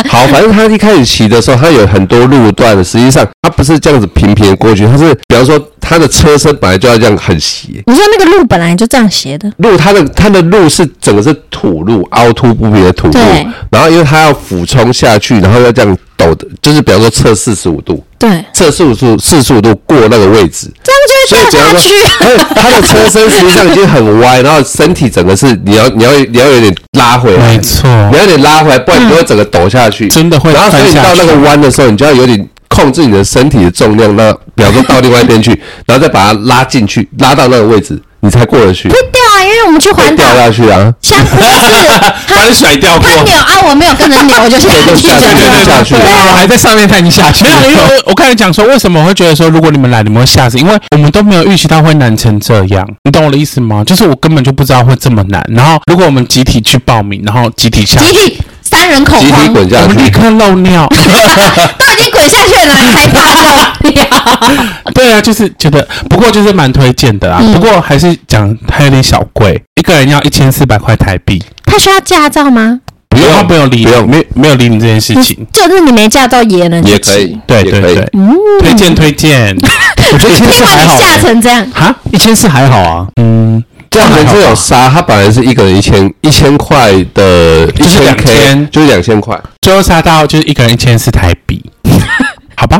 [SPEAKER 3] 好，反正他一开始骑的时候，他有很多路段的，实际上他不是这样子平平地过去，他是比方说他的车身本来就要这样很斜，
[SPEAKER 2] 你说那个路本来就这样斜的，
[SPEAKER 3] 路它的它的路是整个是土路，凹凸不平的土路
[SPEAKER 2] 对，
[SPEAKER 3] 然后因为它要俯冲下去，然后要这样抖的，就是比方说侧四十五度，
[SPEAKER 2] 对，
[SPEAKER 3] 侧四十五四十五度过那个位置，
[SPEAKER 2] 这
[SPEAKER 3] 所以
[SPEAKER 2] 样
[SPEAKER 3] 只
[SPEAKER 2] 就会
[SPEAKER 3] 要说
[SPEAKER 2] 掉下去。，
[SPEAKER 3] 而且它的车身实际上已经很歪，然后身体整个是你要你要你要有点拉回来，
[SPEAKER 1] 没错
[SPEAKER 3] 你要有点拉回来，不然你就会整个抖下去，
[SPEAKER 1] 真的会
[SPEAKER 3] 然后所以你
[SPEAKER 1] 翻下
[SPEAKER 3] 到
[SPEAKER 1] 去
[SPEAKER 3] 那个弯的时候，你就要有点控制你的身体的重量，那比方说到另外一边
[SPEAKER 1] *laughs*
[SPEAKER 3] 去，然后再把它拉进去，拉到那个位置，你才过得去，
[SPEAKER 2] 会掉啊，因为我们去
[SPEAKER 3] 会
[SPEAKER 2] 环岛
[SPEAKER 3] 掉，下去啊。
[SPEAKER 2] 像不是
[SPEAKER 1] 把你甩掉过
[SPEAKER 2] 他。扭啊，我没有跟着扭，我就下
[SPEAKER 3] 对
[SPEAKER 2] 去
[SPEAKER 3] 就下去
[SPEAKER 2] 了。
[SPEAKER 3] 就下去
[SPEAKER 2] 对
[SPEAKER 3] 了
[SPEAKER 4] 我
[SPEAKER 2] 啊
[SPEAKER 4] 还在上面，他已经下去
[SPEAKER 1] 没
[SPEAKER 4] 了。
[SPEAKER 1] 有，因为我刚才讲说，为什么我会觉得说，如果你们来，你们会吓死，因为我们都没有预期到会难成这样，你懂我的意思吗？就是我根本就不知道会这么难。然后，如果我们集体去报名，然后集体下
[SPEAKER 2] 集
[SPEAKER 1] 去，
[SPEAKER 2] 体三人恐
[SPEAKER 3] 集体
[SPEAKER 2] 慌，
[SPEAKER 3] 滚
[SPEAKER 1] 我
[SPEAKER 3] 下
[SPEAKER 1] 们立
[SPEAKER 3] 去，
[SPEAKER 1] 刻漏尿，
[SPEAKER 2] 到底经滚下去了，你还爬受不了？
[SPEAKER 1] 对啊，就是觉得，不过就是蛮推荐的啊。
[SPEAKER 2] 嗯
[SPEAKER 1] 不过还是讲它有点小贵，一个人要一千四百块台币。
[SPEAKER 2] *laughs* 他需要驾照吗？
[SPEAKER 1] 不
[SPEAKER 3] 用
[SPEAKER 1] 他没有理，
[SPEAKER 3] 不用
[SPEAKER 1] 没没有理你这件事情。
[SPEAKER 2] 就是你没驾照也能去
[SPEAKER 3] 也
[SPEAKER 2] 骑
[SPEAKER 3] 可以，
[SPEAKER 1] 对
[SPEAKER 3] 也
[SPEAKER 1] 对
[SPEAKER 3] 可以
[SPEAKER 1] 对，，推荐推荐
[SPEAKER 4] 我觉得一千
[SPEAKER 2] 结
[SPEAKER 4] 四
[SPEAKER 2] 果
[SPEAKER 4] 还
[SPEAKER 2] 你
[SPEAKER 4] 好
[SPEAKER 2] 吓
[SPEAKER 4] 欸，
[SPEAKER 2] 成这样，
[SPEAKER 1] 哈，
[SPEAKER 4] 一千四还好啊。
[SPEAKER 1] 嗯，
[SPEAKER 3] 这样人这有杀，他本来是一个人一千一千块的，一
[SPEAKER 1] 是
[SPEAKER 3] 千 K，
[SPEAKER 1] 2000
[SPEAKER 3] 就是两千块。
[SPEAKER 1] 最后杀到就是一个人一千四台币， *laughs* 好吧？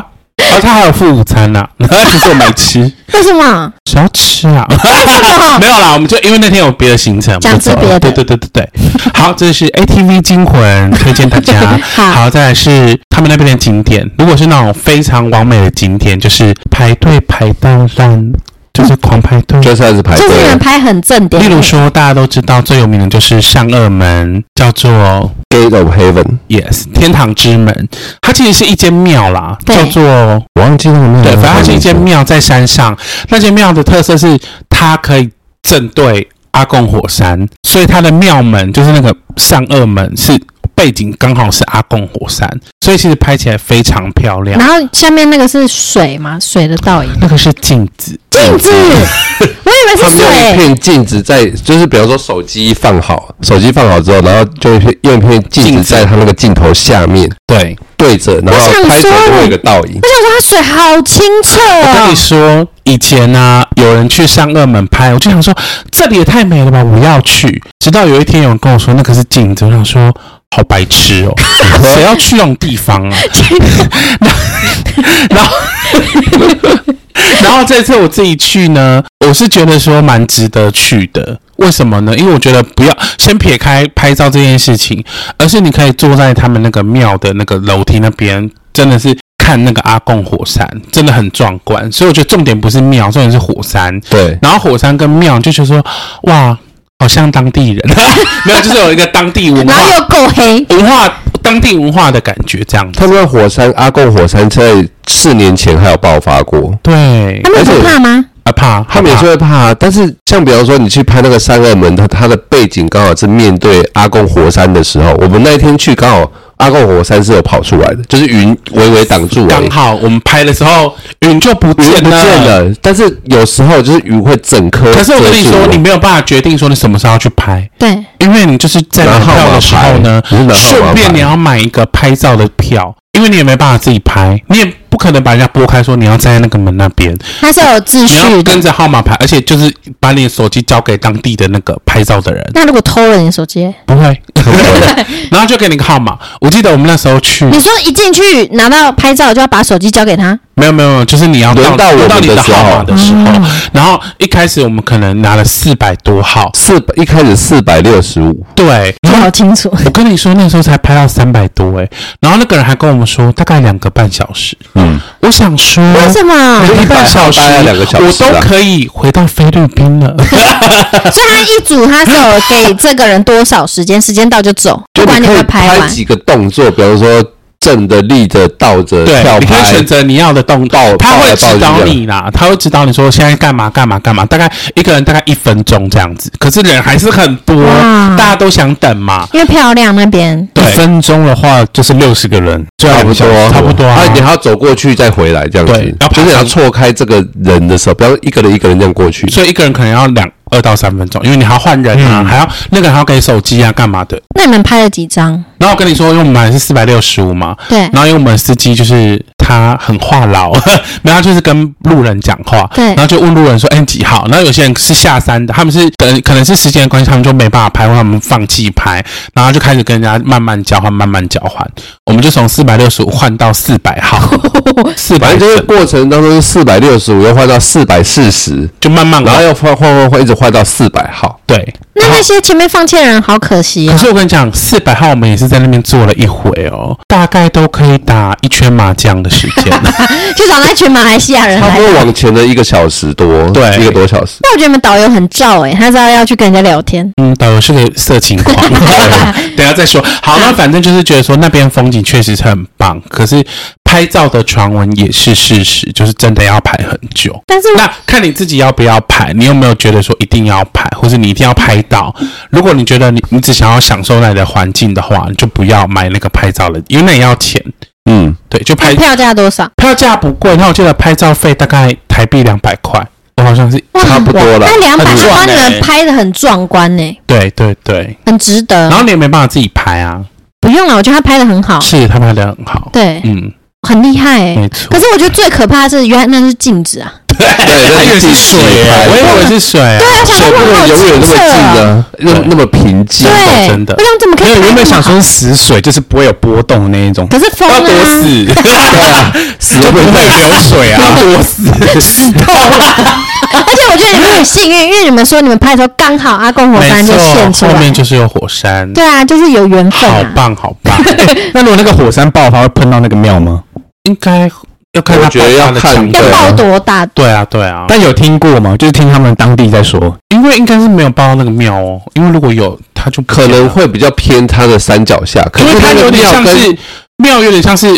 [SPEAKER 1] 哦，他还有付午餐呐、啊，只是我没吃，
[SPEAKER 2] 为什么？
[SPEAKER 1] 小吃啊，
[SPEAKER 2] 么
[SPEAKER 1] *laughs* 没有啦，我们就因为那天有别的行程，我们就走
[SPEAKER 2] 讲
[SPEAKER 1] 了
[SPEAKER 2] 是别的
[SPEAKER 1] 对对对对对。好，这是 ATV 惊魂，推荐大家。
[SPEAKER 2] 好
[SPEAKER 1] 再来是他们那边的景点，如果是那种非常完美的景点，就是排队排到烂，就是狂排
[SPEAKER 3] *laughs*
[SPEAKER 1] 队。
[SPEAKER 3] 就算是排队
[SPEAKER 2] 嗯就是你们
[SPEAKER 3] 了，
[SPEAKER 2] 拍很正点，
[SPEAKER 1] 例如说，大家都知道最有名的就是善恶门，叫做
[SPEAKER 3] Gate of Heaven，
[SPEAKER 1] Yes 天堂之门，它其实是一间庙啦，
[SPEAKER 2] 对
[SPEAKER 1] 叫做
[SPEAKER 3] 我忘记那个名字
[SPEAKER 1] 对，
[SPEAKER 3] 了
[SPEAKER 1] 反正它是一间庙在山上。那间庙的特色是它可以正对阿贡火山，所以它的庙门就是那个善恶门是背景刚好是阿贡火山，所以其实拍起来非常漂亮
[SPEAKER 2] 然。后下面那个是水嘛，水的倒影，
[SPEAKER 1] 那个是镜子，
[SPEAKER 2] 镜子，我以为
[SPEAKER 3] 嗯他
[SPEAKER 2] 是
[SPEAKER 3] 们用一
[SPEAKER 2] 水，
[SPEAKER 3] 片镜子在，就是比方说手机放好，手机放好之后，然后就用一片用一片镜子在他那个镜头下面
[SPEAKER 1] 对，
[SPEAKER 3] 对着，然后
[SPEAKER 2] 我想
[SPEAKER 3] 拍出来
[SPEAKER 2] 说
[SPEAKER 3] 就会有一个倒影
[SPEAKER 2] 我。想说它水好清澈
[SPEAKER 1] 我跟
[SPEAKER 2] 哦
[SPEAKER 1] 你，说，以前呢、有人去上二门拍，我就想说这里也太美了吧，我要去。直到有一天有人跟我说那个是镜子，我想说好白痴哦， *laughs* 谁要去那种地方啊？ *laughs* 然后，然后这次我自己去呢，我是觉得说蛮值得去的。为什么呢？因为我觉得不要先撇开拍照这件事情，而是你可以坐在他们那个庙的那个楼梯那边，真的是看那个阿贡火山，真的很壮观。所以我觉得重点不是庙，重点是火山。
[SPEAKER 3] 对，
[SPEAKER 1] 然后火山跟庙就觉得说，哇，好像当地人，没有，就是有一个当地文
[SPEAKER 2] *laughs* 然后
[SPEAKER 1] 化
[SPEAKER 2] 又够黑，
[SPEAKER 1] 文化当地文化的感觉这样子。
[SPEAKER 3] 他们的火山阿贡火山在四年前还有爆发过，
[SPEAKER 1] 对
[SPEAKER 2] 他，们不怕吗？
[SPEAKER 1] 啊怕，
[SPEAKER 3] 他们也
[SPEAKER 1] 怕
[SPEAKER 3] 是会怕，但是像比方说你去拍那个三恶门，它它的背景刚好是面对阿贡火山的时候，我们那一天去刚好阿贡火山是有跑出来的，就是云微微挡住而已
[SPEAKER 1] 刚。好我们拍的时候云就不
[SPEAKER 3] 云
[SPEAKER 1] 见
[SPEAKER 3] 不
[SPEAKER 1] 了。
[SPEAKER 3] 见了，但是有时候就是云会整颗。
[SPEAKER 1] 可是我跟你说，你没有办法决定说你什么时候要去拍，
[SPEAKER 2] 对，
[SPEAKER 1] 因为你就是在买票的时候呢
[SPEAKER 3] 拿号码牌你是，拿号码牌
[SPEAKER 1] 顺便你要买一个拍照的票，因为你也没办法自己拍，你也不可能把人家拨开说你要站在那个门那边，
[SPEAKER 2] 它是有秩
[SPEAKER 1] 你要
[SPEAKER 2] 序
[SPEAKER 1] 跟
[SPEAKER 2] 的。
[SPEAKER 1] 着号码牌，而且就是把你的手机交给当地的那个拍照的人，
[SPEAKER 2] 那如果偷了你的手机，
[SPEAKER 1] 不会， *laughs* 然后就给你个号码。我记得我们那时候去，
[SPEAKER 2] 你说一进去拿到拍照就要把手机交给他，
[SPEAKER 1] 没有没有，没有，就是你要
[SPEAKER 3] 轮到我们
[SPEAKER 1] 轮到你
[SPEAKER 3] 的时候
[SPEAKER 1] 号码的时候，然后一开始我们可能拿了四百多号，
[SPEAKER 3] 四百一开始四百六十五，
[SPEAKER 1] 对，
[SPEAKER 2] 这好清楚。
[SPEAKER 1] 我跟你说，那时候才拍到三百多哎，然后那个人还跟我们说大概两个半小时。
[SPEAKER 3] 嗯，
[SPEAKER 1] 我想说，
[SPEAKER 2] 为什么？
[SPEAKER 1] 两个半小时
[SPEAKER 3] 大概两个小时啊
[SPEAKER 1] 我都可以回到菲律宾了。
[SPEAKER 2] 所以他一组他是有给这个人多少时间，时间到就走，
[SPEAKER 3] 就
[SPEAKER 2] 不
[SPEAKER 3] 你
[SPEAKER 2] 管你
[SPEAKER 3] 可以
[SPEAKER 2] 们拍
[SPEAKER 3] 拍
[SPEAKER 2] 完。
[SPEAKER 3] 几个动作，比方说正的、立的、倒着、*laughs*
[SPEAKER 1] 对
[SPEAKER 3] 跳，
[SPEAKER 1] 你可以
[SPEAKER 3] 拍
[SPEAKER 1] 选。择你要的动
[SPEAKER 3] 抱
[SPEAKER 1] 作，他
[SPEAKER 3] 抱来
[SPEAKER 1] 会
[SPEAKER 3] 抱去
[SPEAKER 1] 指
[SPEAKER 3] 这
[SPEAKER 1] 导
[SPEAKER 3] 样
[SPEAKER 1] 你啦，他会指导你说现在干嘛干嘛干嘛，大概一个人大概一分钟这样子，可是人还是很多
[SPEAKER 2] 哇，
[SPEAKER 1] 大家都想等嘛。
[SPEAKER 2] 因为漂亮那边，
[SPEAKER 4] 一
[SPEAKER 1] 对
[SPEAKER 4] 分钟的话就是六十个人，最
[SPEAKER 3] 差不多，
[SPEAKER 1] 差不多啊
[SPEAKER 3] 啊，你还要走过去再回来这样
[SPEAKER 1] 对
[SPEAKER 3] 子，
[SPEAKER 1] 要爬
[SPEAKER 3] 就是你要
[SPEAKER 1] 山
[SPEAKER 3] 错开这个人的时候，不要一个人一个人这样过去。
[SPEAKER 1] 所以一个人可能要两二到三分钟，因为你还要换人啊，
[SPEAKER 4] 嗯
[SPEAKER 1] 还要那个人还要给手机啊，干嘛的。
[SPEAKER 2] 那你们拍了几张？
[SPEAKER 1] 然后我跟你说，因为我们买的是四百六十五嘛，
[SPEAKER 2] 对
[SPEAKER 1] 然后因为我们司机就是他很话痨， *laughs* 然后他就是跟路人讲话，
[SPEAKER 2] 对
[SPEAKER 1] 然后就问路人说：“哎，你几号？”然后有些人是下山的，他们是等可能是时间的关系，他们就没办法拍，或他们放弃拍，然后就开始跟人家慢慢交换，慢慢交换。我们就从四百六十五换到四百
[SPEAKER 2] *laughs*
[SPEAKER 1] 号，四
[SPEAKER 3] 反
[SPEAKER 1] 百
[SPEAKER 3] 正就是过程当中是四百六十五，又换到四百四十，
[SPEAKER 1] 就慢慢
[SPEAKER 3] 然后
[SPEAKER 1] 来。
[SPEAKER 3] 又换换换换，一直换到四百号。
[SPEAKER 1] 对，
[SPEAKER 2] 那啊那些前面放弃的人好可惜
[SPEAKER 1] 可
[SPEAKER 2] 哦。
[SPEAKER 1] 是我跟你讲，四百号我们也是在那边坐了一回哦，大概都可以打一圈麻将的时
[SPEAKER 2] *laughs*
[SPEAKER 1] 间。
[SPEAKER 2] 去找那群马来西亚人
[SPEAKER 3] 差不
[SPEAKER 2] 来。
[SPEAKER 3] 多往前的一个小时多，
[SPEAKER 1] 对
[SPEAKER 3] 一个多小时。
[SPEAKER 2] 那我觉得你们导游很照诶、他知道要去跟人家聊天。
[SPEAKER 1] 嗯，导游是个色情
[SPEAKER 2] *laughs*
[SPEAKER 1] 狂，等一下再说。好，那反正就是觉得说那边风景确实是很棒，可是拍照的传闻也是事实，就是真的要排很久。
[SPEAKER 2] 但是我
[SPEAKER 1] 那看你自己要不要排，你有没有觉得说一定要排，或是你一定要拍到？如果你觉得你你只想要享受那里的环境的话，你就不要买那个拍照的，因为那也要钱。
[SPEAKER 3] 嗯，
[SPEAKER 1] 对，就
[SPEAKER 2] 看
[SPEAKER 1] 拍
[SPEAKER 2] 票价多少？
[SPEAKER 1] 票价不贵，那我记得拍照费大概台币两百块，我好像是，
[SPEAKER 2] 哇
[SPEAKER 3] 差不多了
[SPEAKER 2] 那两百，
[SPEAKER 1] 很
[SPEAKER 2] 他
[SPEAKER 1] 壮
[SPEAKER 2] 帮你
[SPEAKER 1] 欸
[SPEAKER 2] 们拍的很壮观呢、
[SPEAKER 1] 对对对，
[SPEAKER 2] 很值
[SPEAKER 1] 然
[SPEAKER 2] 得。
[SPEAKER 1] 后你也没办法自己拍啊，
[SPEAKER 2] 不用了，我觉得他拍的很好，
[SPEAKER 1] 是他拍的很好，
[SPEAKER 2] 哦对，
[SPEAKER 1] 嗯，
[SPEAKER 2] 很厉害、欸。
[SPEAKER 1] 没错
[SPEAKER 2] 可。是我觉得最可怕的是，原来那是镜子啊！
[SPEAKER 1] *laughs*
[SPEAKER 3] 对，那
[SPEAKER 1] 还以为是水耶，我以为是水啊，
[SPEAKER 2] 对啊，想
[SPEAKER 3] 水
[SPEAKER 2] 说
[SPEAKER 3] 不
[SPEAKER 2] 哇，好
[SPEAKER 3] 能永远
[SPEAKER 2] 清
[SPEAKER 3] 那么
[SPEAKER 2] 澈
[SPEAKER 3] 静
[SPEAKER 2] 啊！
[SPEAKER 3] 的，那么那么平静。
[SPEAKER 2] 对，
[SPEAKER 1] 真的
[SPEAKER 2] 我想怎么可
[SPEAKER 4] 因
[SPEAKER 2] 以？
[SPEAKER 4] 为我原本想，说死水就是不会有波动的那一种，
[SPEAKER 2] 可是风
[SPEAKER 4] 要多
[SPEAKER 2] *laughs* 啊，
[SPEAKER 4] 死，
[SPEAKER 3] 死都不
[SPEAKER 4] 不会
[SPEAKER 1] *laughs*
[SPEAKER 3] 会
[SPEAKER 4] 流水啊，多死，死透了。
[SPEAKER 1] 啊
[SPEAKER 2] *laughs* 而且我觉得你们很幸运，因为你们说你们拍的时候刚好阿贡火山
[SPEAKER 1] 没
[SPEAKER 2] 就现出
[SPEAKER 1] 错，后
[SPEAKER 2] 来
[SPEAKER 1] 面，就是有火山，
[SPEAKER 2] 对啊，就是有缘分
[SPEAKER 1] 好
[SPEAKER 2] 啊。
[SPEAKER 1] 棒好
[SPEAKER 2] *laughs*
[SPEAKER 1] 棒，
[SPEAKER 4] *laughs*
[SPEAKER 1] 哎
[SPEAKER 4] 那如果那个火山爆发会喷到那个庙吗？
[SPEAKER 1] 应该要看他
[SPEAKER 3] 我觉得要
[SPEAKER 1] 爆发的
[SPEAKER 3] 看
[SPEAKER 1] 强
[SPEAKER 2] 要
[SPEAKER 1] 度
[SPEAKER 3] 对啊
[SPEAKER 2] 爆多大？
[SPEAKER 1] 对啊对啊，
[SPEAKER 4] 但有听过吗？就是听他们当地在说，
[SPEAKER 1] 因为应该是没有爆到那个庙哦，因为如果有他就不
[SPEAKER 3] 可能会比较偏它的山脚下，可
[SPEAKER 1] 因为
[SPEAKER 3] 是
[SPEAKER 1] 它
[SPEAKER 3] 那
[SPEAKER 1] 有
[SPEAKER 3] 个
[SPEAKER 1] 点
[SPEAKER 3] 庙
[SPEAKER 1] 像
[SPEAKER 3] 跟
[SPEAKER 1] 是庙，有点像是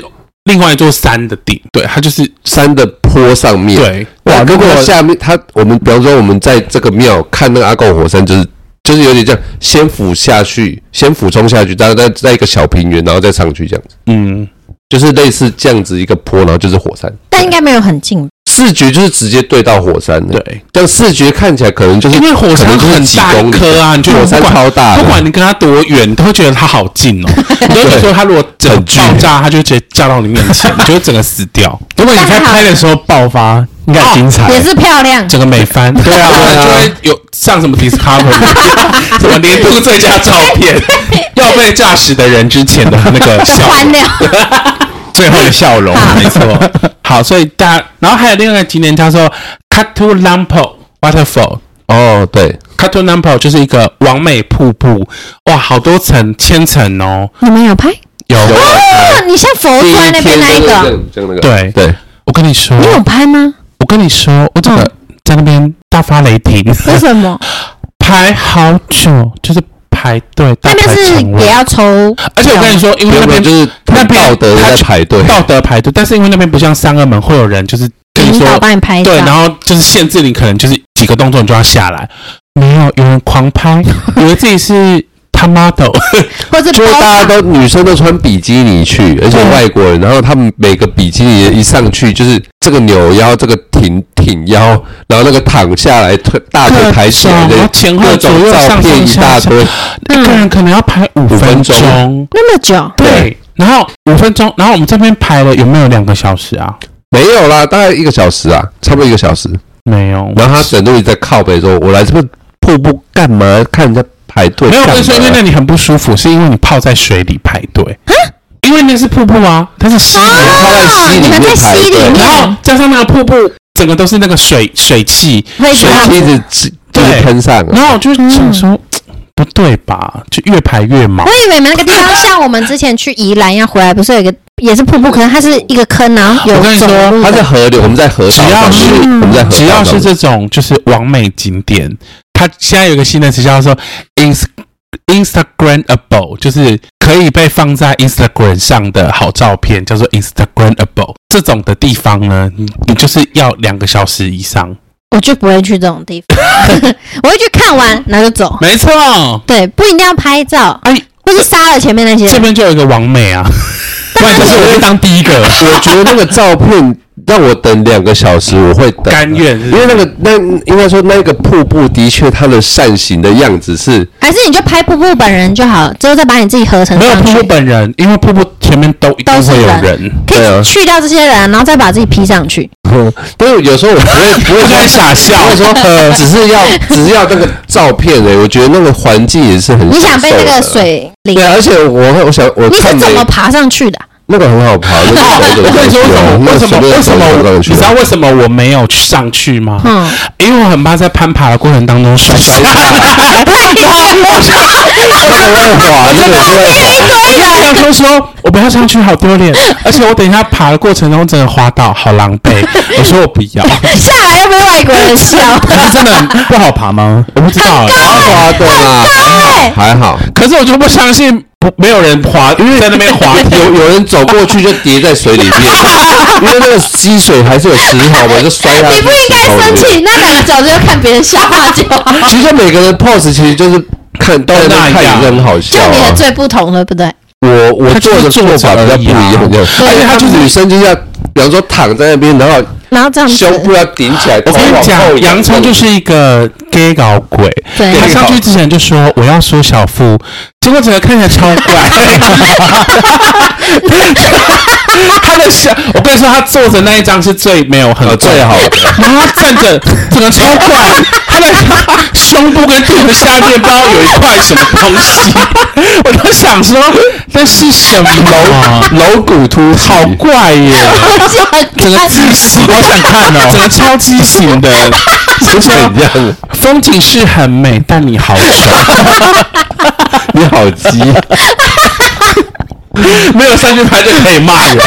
[SPEAKER 1] 另外一座山的顶，对，它就是
[SPEAKER 3] 山的坡上面。，
[SPEAKER 1] 对，
[SPEAKER 3] 哇，如果下面它，我们比方说我们在这个庙看那个阿贡火山，就是就是有点这样，先俯下去，先俯冲下去，然后在在一个小平原，然后再上去这样子，
[SPEAKER 1] 嗯，
[SPEAKER 3] 就是类似这样子一个坡，然后就是火山。
[SPEAKER 2] 但应该没有很近吧，
[SPEAKER 3] 视觉就是直接对到火山的，
[SPEAKER 1] 对，
[SPEAKER 3] 这样视觉看起来可能就是
[SPEAKER 1] 因为火
[SPEAKER 3] 可
[SPEAKER 1] 山
[SPEAKER 3] 能就是
[SPEAKER 1] 很
[SPEAKER 3] 几
[SPEAKER 1] 大
[SPEAKER 3] 公里
[SPEAKER 1] 颗啊，你就
[SPEAKER 3] 火
[SPEAKER 1] 不
[SPEAKER 3] 山
[SPEAKER 1] 管
[SPEAKER 3] 超大的，
[SPEAKER 1] 不管你跟它多远，你都会觉得它好
[SPEAKER 4] *laughs*
[SPEAKER 1] 近哦。你都觉得说它如果整个
[SPEAKER 3] 很巨
[SPEAKER 1] 爆炸，它就直接架到你面前，你就会整个死掉，
[SPEAKER 4] 如果你在拍的时候爆发，应该很精彩。
[SPEAKER 2] 也是漂亮。
[SPEAKER 1] 整个美翻。对 *laughs*
[SPEAKER 3] 啊对啊
[SPEAKER 1] 就会有上什么
[SPEAKER 4] *laughs*
[SPEAKER 1] Discovery，什么年度最佳照片，要被驾驶的人之前的那个笑容
[SPEAKER 2] 换掉，
[SPEAKER 4] 最后的笑容
[SPEAKER 2] 好
[SPEAKER 1] 没
[SPEAKER 4] *laughs*
[SPEAKER 1] 错。好，所以大家，然后还有另外一个景点叫做 Katu Lampo Waterfall。
[SPEAKER 3] 哦，对，
[SPEAKER 1] Katu Lampo 就是一个完美瀑布，哇，好多层，千层哦。
[SPEAKER 2] 你们有拍？
[SPEAKER 1] 有，
[SPEAKER 2] 啊，你像佛
[SPEAKER 3] 第一
[SPEAKER 2] 川那边
[SPEAKER 3] 天
[SPEAKER 2] 那一
[SPEAKER 3] 就是这
[SPEAKER 2] 个，
[SPEAKER 3] 样这样那个，
[SPEAKER 1] 对
[SPEAKER 3] 对，
[SPEAKER 1] 我跟你说
[SPEAKER 2] 你，有拍吗？
[SPEAKER 1] 我跟你说，我真的在那边大发雷霆，
[SPEAKER 2] 为什么？
[SPEAKER 1] *laughs* 排好久，就是排队，大
[SPEAKER 2] 那边
[SPEAKER 1] 排
[SPEAKER 2] 是
[SPEAKER 1] 长
[SPEAKER 2] 也
[SPEAKER 1] 龙。
[SPEAKER 2] 要抽，
[SPEAKER 1] 而且我跟你说，因为
[SPEAKER 3] 原
[SPEAKER 1] 那
[SPEAKER 3] 本
[SPEAKER 1] 边
[SPEAKER 3] 就是
[SPEAKER 1] 那
[SPEAKER 3] 很
[SPEAKER 1] 边
[SPEAKER 3] 道德的在排队，
[SPEAKER 1] 道德排队，但是因为那边不像三二门会有人就是跟你
[SPEAKER 2] 引
[SPEAKER 1] 说
[SPEAKER 2] 导帮你拍一
[SPEAKER 1] 对，然
[SPEAKER 2] 下。
[SPEAKER 1] 后就是限制你，可能就是几个动作你就要下来。没有，有人狂拍， *laughs* 以为自己是他妈的，
[SPEAKER 2] 或者
[SPEAKER 3] 就是大家
[SPEAKER 2] 包
[SPEAKER 3] 都女生都穿比基尼去，而且外国人，然后他们每个比基尼一上去就是这个扭腰，这个挺挺腰，然后那个躺下来，腿大腿抬起
[SPEAKER 1] *laughs*
[SPEAKER 3] 来的
[SPEAKER 1] 各种前啊后
[SPEAKER 3] 各
[SPEAKER 1] 左右
[SPEAKER 3] 种照
[SPEAKER 1] 上
[SPEAKER 3] 片
[SPEAKER 1] 上
[SPEAKER 3] 一
[SPEAKER 1] 下
[SPEAKER 3] 大
[SPEAKER 1] 下
[SPEAKER 3] 堆，
[SPEAKER 1] 一个人可能要排五分
[SPEAKER 3] 分钟
[SPEAKER 1] 钟。
[SPEAKER 2] 那么久，
[SPEAKER 1] 对，然后五分钟，然后我们这边排了有没有两个小时啊？
[SPEAKER 3] 没有啦，大概一个小时啊，差不多一个小时。
[SPEAKER 1] 没有，
[SPEAKER 3] 然后他整路一直在靠北说：“我来这个瀑布干嘛？看人家排队
[SPEAKER 1] 没有。
[SPEAKER 3] 干
[SPEAKER 1] 我
[SPEAKER 3] 嘛
[SPEAKER 1] 跟你说，因为那里很不舒服，是因为你泡在水里排队，因为那是瀑布啊，它是溪流。
[SPEAKER 2] 啊，
[SPEAKER 3] 在溪里
[SPEAKER 2] 你们在溪里
[SPEAKER 3] 面
[SPEAKER 1] 然后
[SPEAKER 2] 面，
[SPEAKER 1] 加上那个瀑布，整个都是那个水水汽，
[SPEAKER 2] 会嗯
[SPEAKER 3] 水
[SPEAKER 2] 怕
[SPEAKER 3] 一直直就是
[SPEAKER 1] 对
[SPEAKER 3] 喷上
[SPEAKER 1] 然
[SPEAKER 3] 了，
[SPEAKER 1] 后我就想说，不对吧？就越排越毛
[SPEAKER 2] 我。以为你们那个地方像我们之前去宜兰要回来，不是有一个也是瀑布，可能它是一个坑，然后有
[SPEAKER 1] 我跟你
[SPEAKER 2] 走
[SPEAKER 1] 说
[SPEAKER 2] 路
[SPEAKER 3] 他在
[SPEAKER 2] 的。
[SPEAKER 3] 河流，我们在河道
[SPEAKER 1] 只要
[SPEAKER 3] 上
[SPEAKER 1] 是
[SPEAKER 3] 面我们在河道
[SPEAKER 1] 只要
[SPEAKER 3] 上
[SPEAKER 1] 是
[SPEAKER 3] 面
[SPEAKER 1] 这种就是完美景点，它现在有个新的词叫做 ins Instagramable，就是可以被放在 Instagram 上的好照片，叫做 Instagramable。这种的地方呢，你你就是要两个小时以上。
[SPEAKER 2] 我就不会去这种地方， *laughs* 我会去看完然后就走。
[SPEAKER 1] 没错，
[SPEAKER 2] 对，不一定要拍照，
[SPEAKER 1] 哎，
[SPEAKER 2] 或是杀了前面那些
[SPEAKER 1] 这
[SPEAKER 2] 人。
[SPEAKER 1] 边就有一个完美 *laughs* 啊，
[SPEAKER 4] 不然就是我会当第一个。
[SPEAKER 3] 我觉得那个照片让我等两个小时，我会等，
[SPEAKER 1] 甘愿是
[SPEAKER 3] 因为那个那应该说那个瀑布的确它的扇形的样子是，
[SPEAKER 2] 还是你就拍瀑布本人就好了，之后再把你自己合成
[SPEAKER 1] 没有
[SPEAKER 2] 上
[SPEAKER 1] 瀑
[SPEAKER 2] 去
[SPEAKER 1] 布，本人，因为瀑布前面都一定会有
[SPEAKER 2] 都是
[SPEAKER 1] 人。
[SPEAKER 2] 可
[SPEAKER 3] 对啊
[SPEAKER 2] 以去掉这些人，然后再把自己 P 上去。
[SPEAKER 3] 但是有时候我不会不会
[SPEAKER 1] 我就
[SPEAKER 3] 说
[SPEAKER 1] 在傻笑
[SPEAKER 3] 不会说呃，只是要只是要那个照片哎，我觉得那个环境也是很
[SPEAKER 2] 你想被那
[SPEAKER 3] 享
[SPEAKER 2] 个
[SPEAKER 3] 受的。
[SPEAKER 2] 水淋
[SPEAKER 3] 对，？而且我我想我
[SPEAKER 2] 你
[SPEAKER 3] 看
[SPEAKER 2] 是
[SPEAKER 3] 没
[SPEAKER 2] 怎么爬上去的啊？
[SPEAKER 3] 那个很好爬，那个
[SPEAKER 1] 哦
[SPEAKER 3] 那个
[SPEAKER 1] 我跟你说为什么？为什么？为什么？你知道为什么我没有上去吗？
[SPEAKER 2] 嗯，
[SPEAKER 3] *laughs*
[SPEAKER 1] 因为我很怕在攀爬的过程当中摔下 *laughs* 来。
[SPEAKER 3] *laughs* 么滑？那个
[SPEAKER 1] 我跟朋友就说我不要上去，好丢脸，而且我等一下爬的过程中真的滑倒，好狼狈。我说我不要，
[SPEAKER 2] 下来又被外国人笑，
[SPEAKER 4] 但是真的很不好爬吗？
[SPEAKER 1] 我不知道。
[SPEAKER 3] 滑的啦，
[SPEAKER 2] 对，
[SPEAKER 3] 还好。
[SPEAKER 1] 可是我就不相信不没有人滑，因为在那边 *laughs* 滑
[SPEAKER 3] 有有人走过去就跌在水里面，因为那个积水还是有石头嘛，就摔下去。
[SPEAKER 2] 哎你不应该生。气，那两个小时就看别人笑话就好。
[SPEAKER 3] 其实每个人 pose 其实就是看，都
[SPEAKER 1] 那
[SPEAKER 3] 在
[SPEAKER 1] 样
[SPEAKER 3] 看也是很好笑、
[SPEAKER 2] 就你
[SPEAKER 3] 啊
[SPEAKER 2] 的。最不同了，对不对？
[SPEAKER 3] 我我
[SPEAKER 1] 他就
[SPEAKER 3] 做
[SPEAKER 1] 是
[SPEAKER 3] 的做法比较不一样，这样
[SPEAKER 2] 而已啊
[SPEAKER 3] 而且他就是女生就是要，比方说躺在那边，然后
[SPEAKER 2] 然后这样子，
[SPEAKER 3] 胸
[SPEAKER 2] *laughs*
[SPEAKER 3] 部要顶起来，
[SPEAKER 1] 我
[SPEAKER 3] 头
[SPEAKER 1] 跟你
[SPEAKER 3] 往后
[SPEAKER 1] 讲，
[SPEAKER 3] 仰
[SPEAKER 1] 洋葱就是一个 gay 搞鬼。
[SPEAKER 2] 对
[SPEAKER 1] 他上去之前就说我要缩小腹，结果整个看起来超怪。 *laughs* 他的小，我跟你说，他坐着那一张是最没有很
[SPEAKER 3] 呃最好的
[SPEAKER 1] 然后他站着整个超怪，他的胸部跟肚子下面不知道有一块什么东西，我都想说那是什么，啊
[SPEAKER 3] 楼骨突起，
[SPEAKER 1] 好怪耶！
[SPEAKER 2] 我想
[SPEAKER 1] 整个畸
[SPEAKER 2] 看
[SPEAKER 1] 形，好想看哦，整个超畸形的。
[SPEAKER 3] 不是你这样，
[SPEAKER 1] 风景是很美，但你好丑，
[SPEAKER 3] 你好鸡，
[SPEAKER 1] 没有上去拍就可以骂人。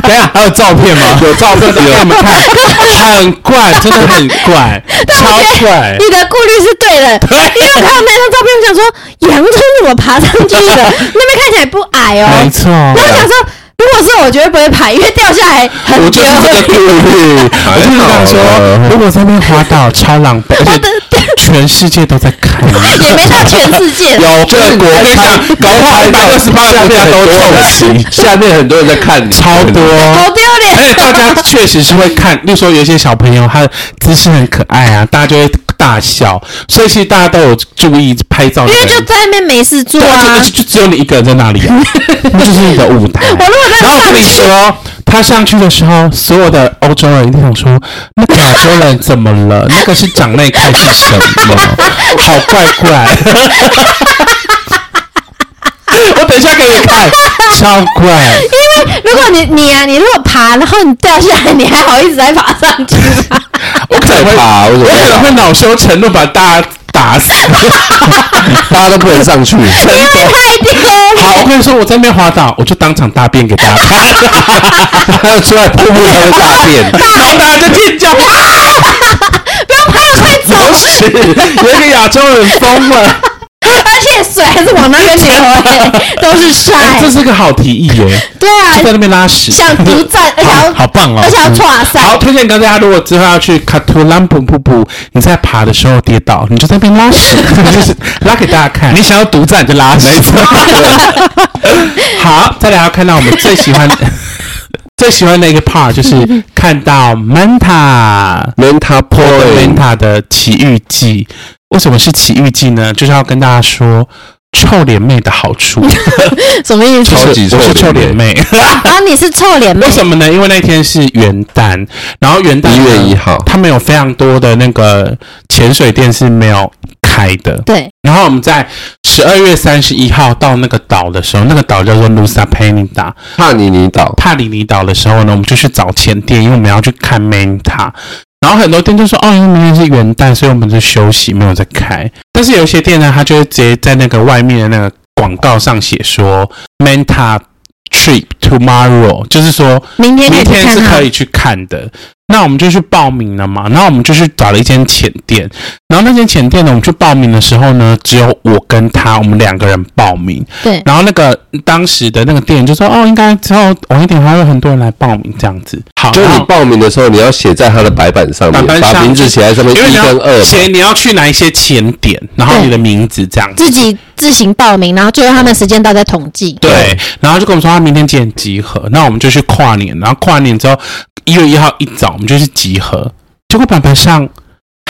[SPEAKER 4] 等一下还有照片吗？
[SPEAKER 3] 有照片
[SPEAKER 1] 给我
[SPEAKER 3] 有
[SPEAKER 1] 们看，很怪，真的很怪，超怪。
[SPEAKER 2] 你的顾虑是对的，因为我看到那张照片，我想说洋葱怎么爬上去的？
[SPEAKER 1] *laughs*
[SPEAKER 2] 那边看起来不矮哦。
[SPEAKER 1] 没错
[SPEAKER 2] 然后我想说，如果是我，绝对不会爬，因为掉下来很
[SPEAKER 1] 我就是这个顾虑，我就是想说，如果在那边滑倒，超狼狈，而且全世界都在看。
[SPEAKER 2] *laughs* 也没到全世
[SPEAKER 1] *laughs*
[SPEAKER 2] *laughs* 界。
[SPEAKER 1] 哦
[SPEAKER 3] 有各国
[SPEAKER 1] 我跟你讲
[SPEAKER 3] 拍
[SPEAKER 1] 搞不好
[SPEAKER 3] 拍到
[SPEAKER 1] 128
[SPEAKER 3] 下面
[SPEAKER 1] 国家都
[SPEAKER 3] 很多人
[SPEAKER 1] 凑齐
[SPEAKER 3] *laughs* 下面很多人在看你，
[SPEAKER 1] *laughs* 超多，
[SPEAKER 2] 好丢脸！
[SPEAKER 1] *laughs* 而且哎大家确实是会看，例如说有一些小朋友他的姿势很可爱啊，大家就会大笑，所以其实大家都有注意拍照的
[SPEAKER 2] 因
[SPEAKER 1] 人，
[SPEAKER 2] 为就在那边没事做
[SPEAKER 1] 对
[SPEAKER 2] 啊。
[SPEAKER 1] 啊，就就只有你一个人在那里
[SPEAKER 2] *laughs*
[SPEAKER 1] 啊，那就是你的舞台。啊
[SPEAKER 2] 我如果在
[SPEAKER 1] 然后我跟你说，他上去的时候，所有的欧洲人一定想说，那个亚洲人怎么了？那个是长那一块是什 *laughs* 么？好怪 *laughs* 怪。我等一下给你看，超怪。
[SPEAKER 2] 因为如果你你啊，你如果爬，然后你掉下来，你还好意思再爬上去啊吗？
[SPEAKER 1] 我可能
[SPEAKER 3] 在
[SPEAKER 1] 会，
[SPEAKER 3] 爬，我怎
[SPEAKER 1] 我
[SPEAKER 3] 么
[SPEAKER 1] 可能
[SPEAKER 3] 会
[SPEAKER 1] 会恼羞成怒，把大家打死。
[SPEAKER 3] 大家都不能上去，
[SPEAKER 2] 因为太丢脸。
[SPEAKER 1] *laughs* 好，我跟你说，我在那边滑倒，我就当场大便给大家看，
[SPEAKER 3] 他要出来瀑布才会大便。
[SPEAKER 1] 然后 *laughs* 大家就尖叫。
[SPEAKER 2] 不要拍了，快走！
[SPEAKER 1] 不 *laughs* 是，有一个亚洲人疯了。
[SPEAKER 2] 而且水还是往那边流、哎，都是
[SPEAKER 1] 哎
[SPEAKER 2] 晒。
[SPEAKER 1] 这是个好提议耶，
[SPEAKER 2] 对啊
[SPEAKER 1] 就，在那边拉屎。
[SPEAKER 2] 想
[SPEAKER 1] *laughs*
[SPEAKER 2] 独占，而且要
[SPEAKER 4] 好棒哦
[SPEAKER 2] 而且要跨赛。
[SPEAKER 1] 嗯好，推荐刚才他如果之后要去卡图兰普瀑布，你在爬的时候跌倒，你就在那边拉
[SPEAKER 2] *laughs*
[SPEAKER 1] 屎，就是拉给大家看。
[SPEAKER 4] 你想要独占就拉屎，
[SPEAKER 1] 好，再来要看到我们最喜欢 *laughs* 最喜欢的一个 part，就是看到 Manta。
[SPEAKER 3] Menta
[SPEAKER 1] 波德
[SPEAKER 3] Point，
[SPEAKER 1] 塔的奇遇记。为什么是奇遇记呢？就是要跟大家说臭脸妹的好处。
[SPEAKER 2] 什么意思？
[SPEAKER 3] 超级
[SPEAKER 1] 我
[SPEAKER 3] 臭
[SPEAKER 1] 是臭
[SPEAKER 3] 脸
[SPEAKER 1] 脸妹，
[SPEAKER 2] 啊，你是臭脸妹
[SPEAKER 1] *laughs* 为？什么呢？因为那天是元旦，然后元旦呢
[SPEAKER 3] 1月1号
[SPEAKER 1] 他们有非常多的那个潜水店是没有开的。
[SPEAKER 2] 对，
[SPEAKER 1] 然后我们在十二月三十一号到那个岛的时候，那个岛叫做 Nusa Penida，
[SPEAKER 3] 帕尼尼岛，
[SPEAKER 1] 帕里尼岛的时候呢，我们就去找前店，因为我们要去看 Manta。然后很多店就说，哦，因为明天是元旦，所以我们就休息，没有在开。但是有一些店呢，它就会直接在那个外面的那个广告上写说 Manta trip tomorrow，就是说
[SPEAKER 2] 明天可
[SPEAKER 1] 明
[SPEAKER 2] 以去
[SPEAKER 1] 天
[SPEAKER 2] 看
[SPEAKER 1] 是
[SPEAKER 2] 他
[SPEAKER 1] 可以去看的。那我们就去报名了嘛，然后我们就去找了一间浅店，然后那间浅店呢，我们去报名的时候呢，只有我跟他，我们两个人报名。
[SPEAKER 2] 对，
[SPEAKER 1] 然后那个当时的那个店员就说，哦，应该之后晚一点还会有很多人来报名这样子。好，
[SPEAKER 3] 就是
[SPEAKER 1] 然
[SPEAKER 3] 你
[SPEAKER 1] 后
[SPEAKER 3] 面，把
[SPEAKER 1] 板板上
[SPEAKER 3] 名字写在上面
[SPEAKER 1] 因为
[SPEAKER 3] 一
[SPEAKER 1] 你
[SPEAKER 3] 跟二
[SPEAKER 1] 要
[SPEAKER 3] 嘛。
[SPEAKER 1] 写你要去哪一些前点，然后你的名字这样子。
[SPEAKER 2] 自己自行报名，然后最后他们时间到再统计。
[SPEAKER 1] 对，然后就跟我们说他明天几点集合，那我们就去跨年，然后跨年之后一月一号一早我们就去集合，结果板板上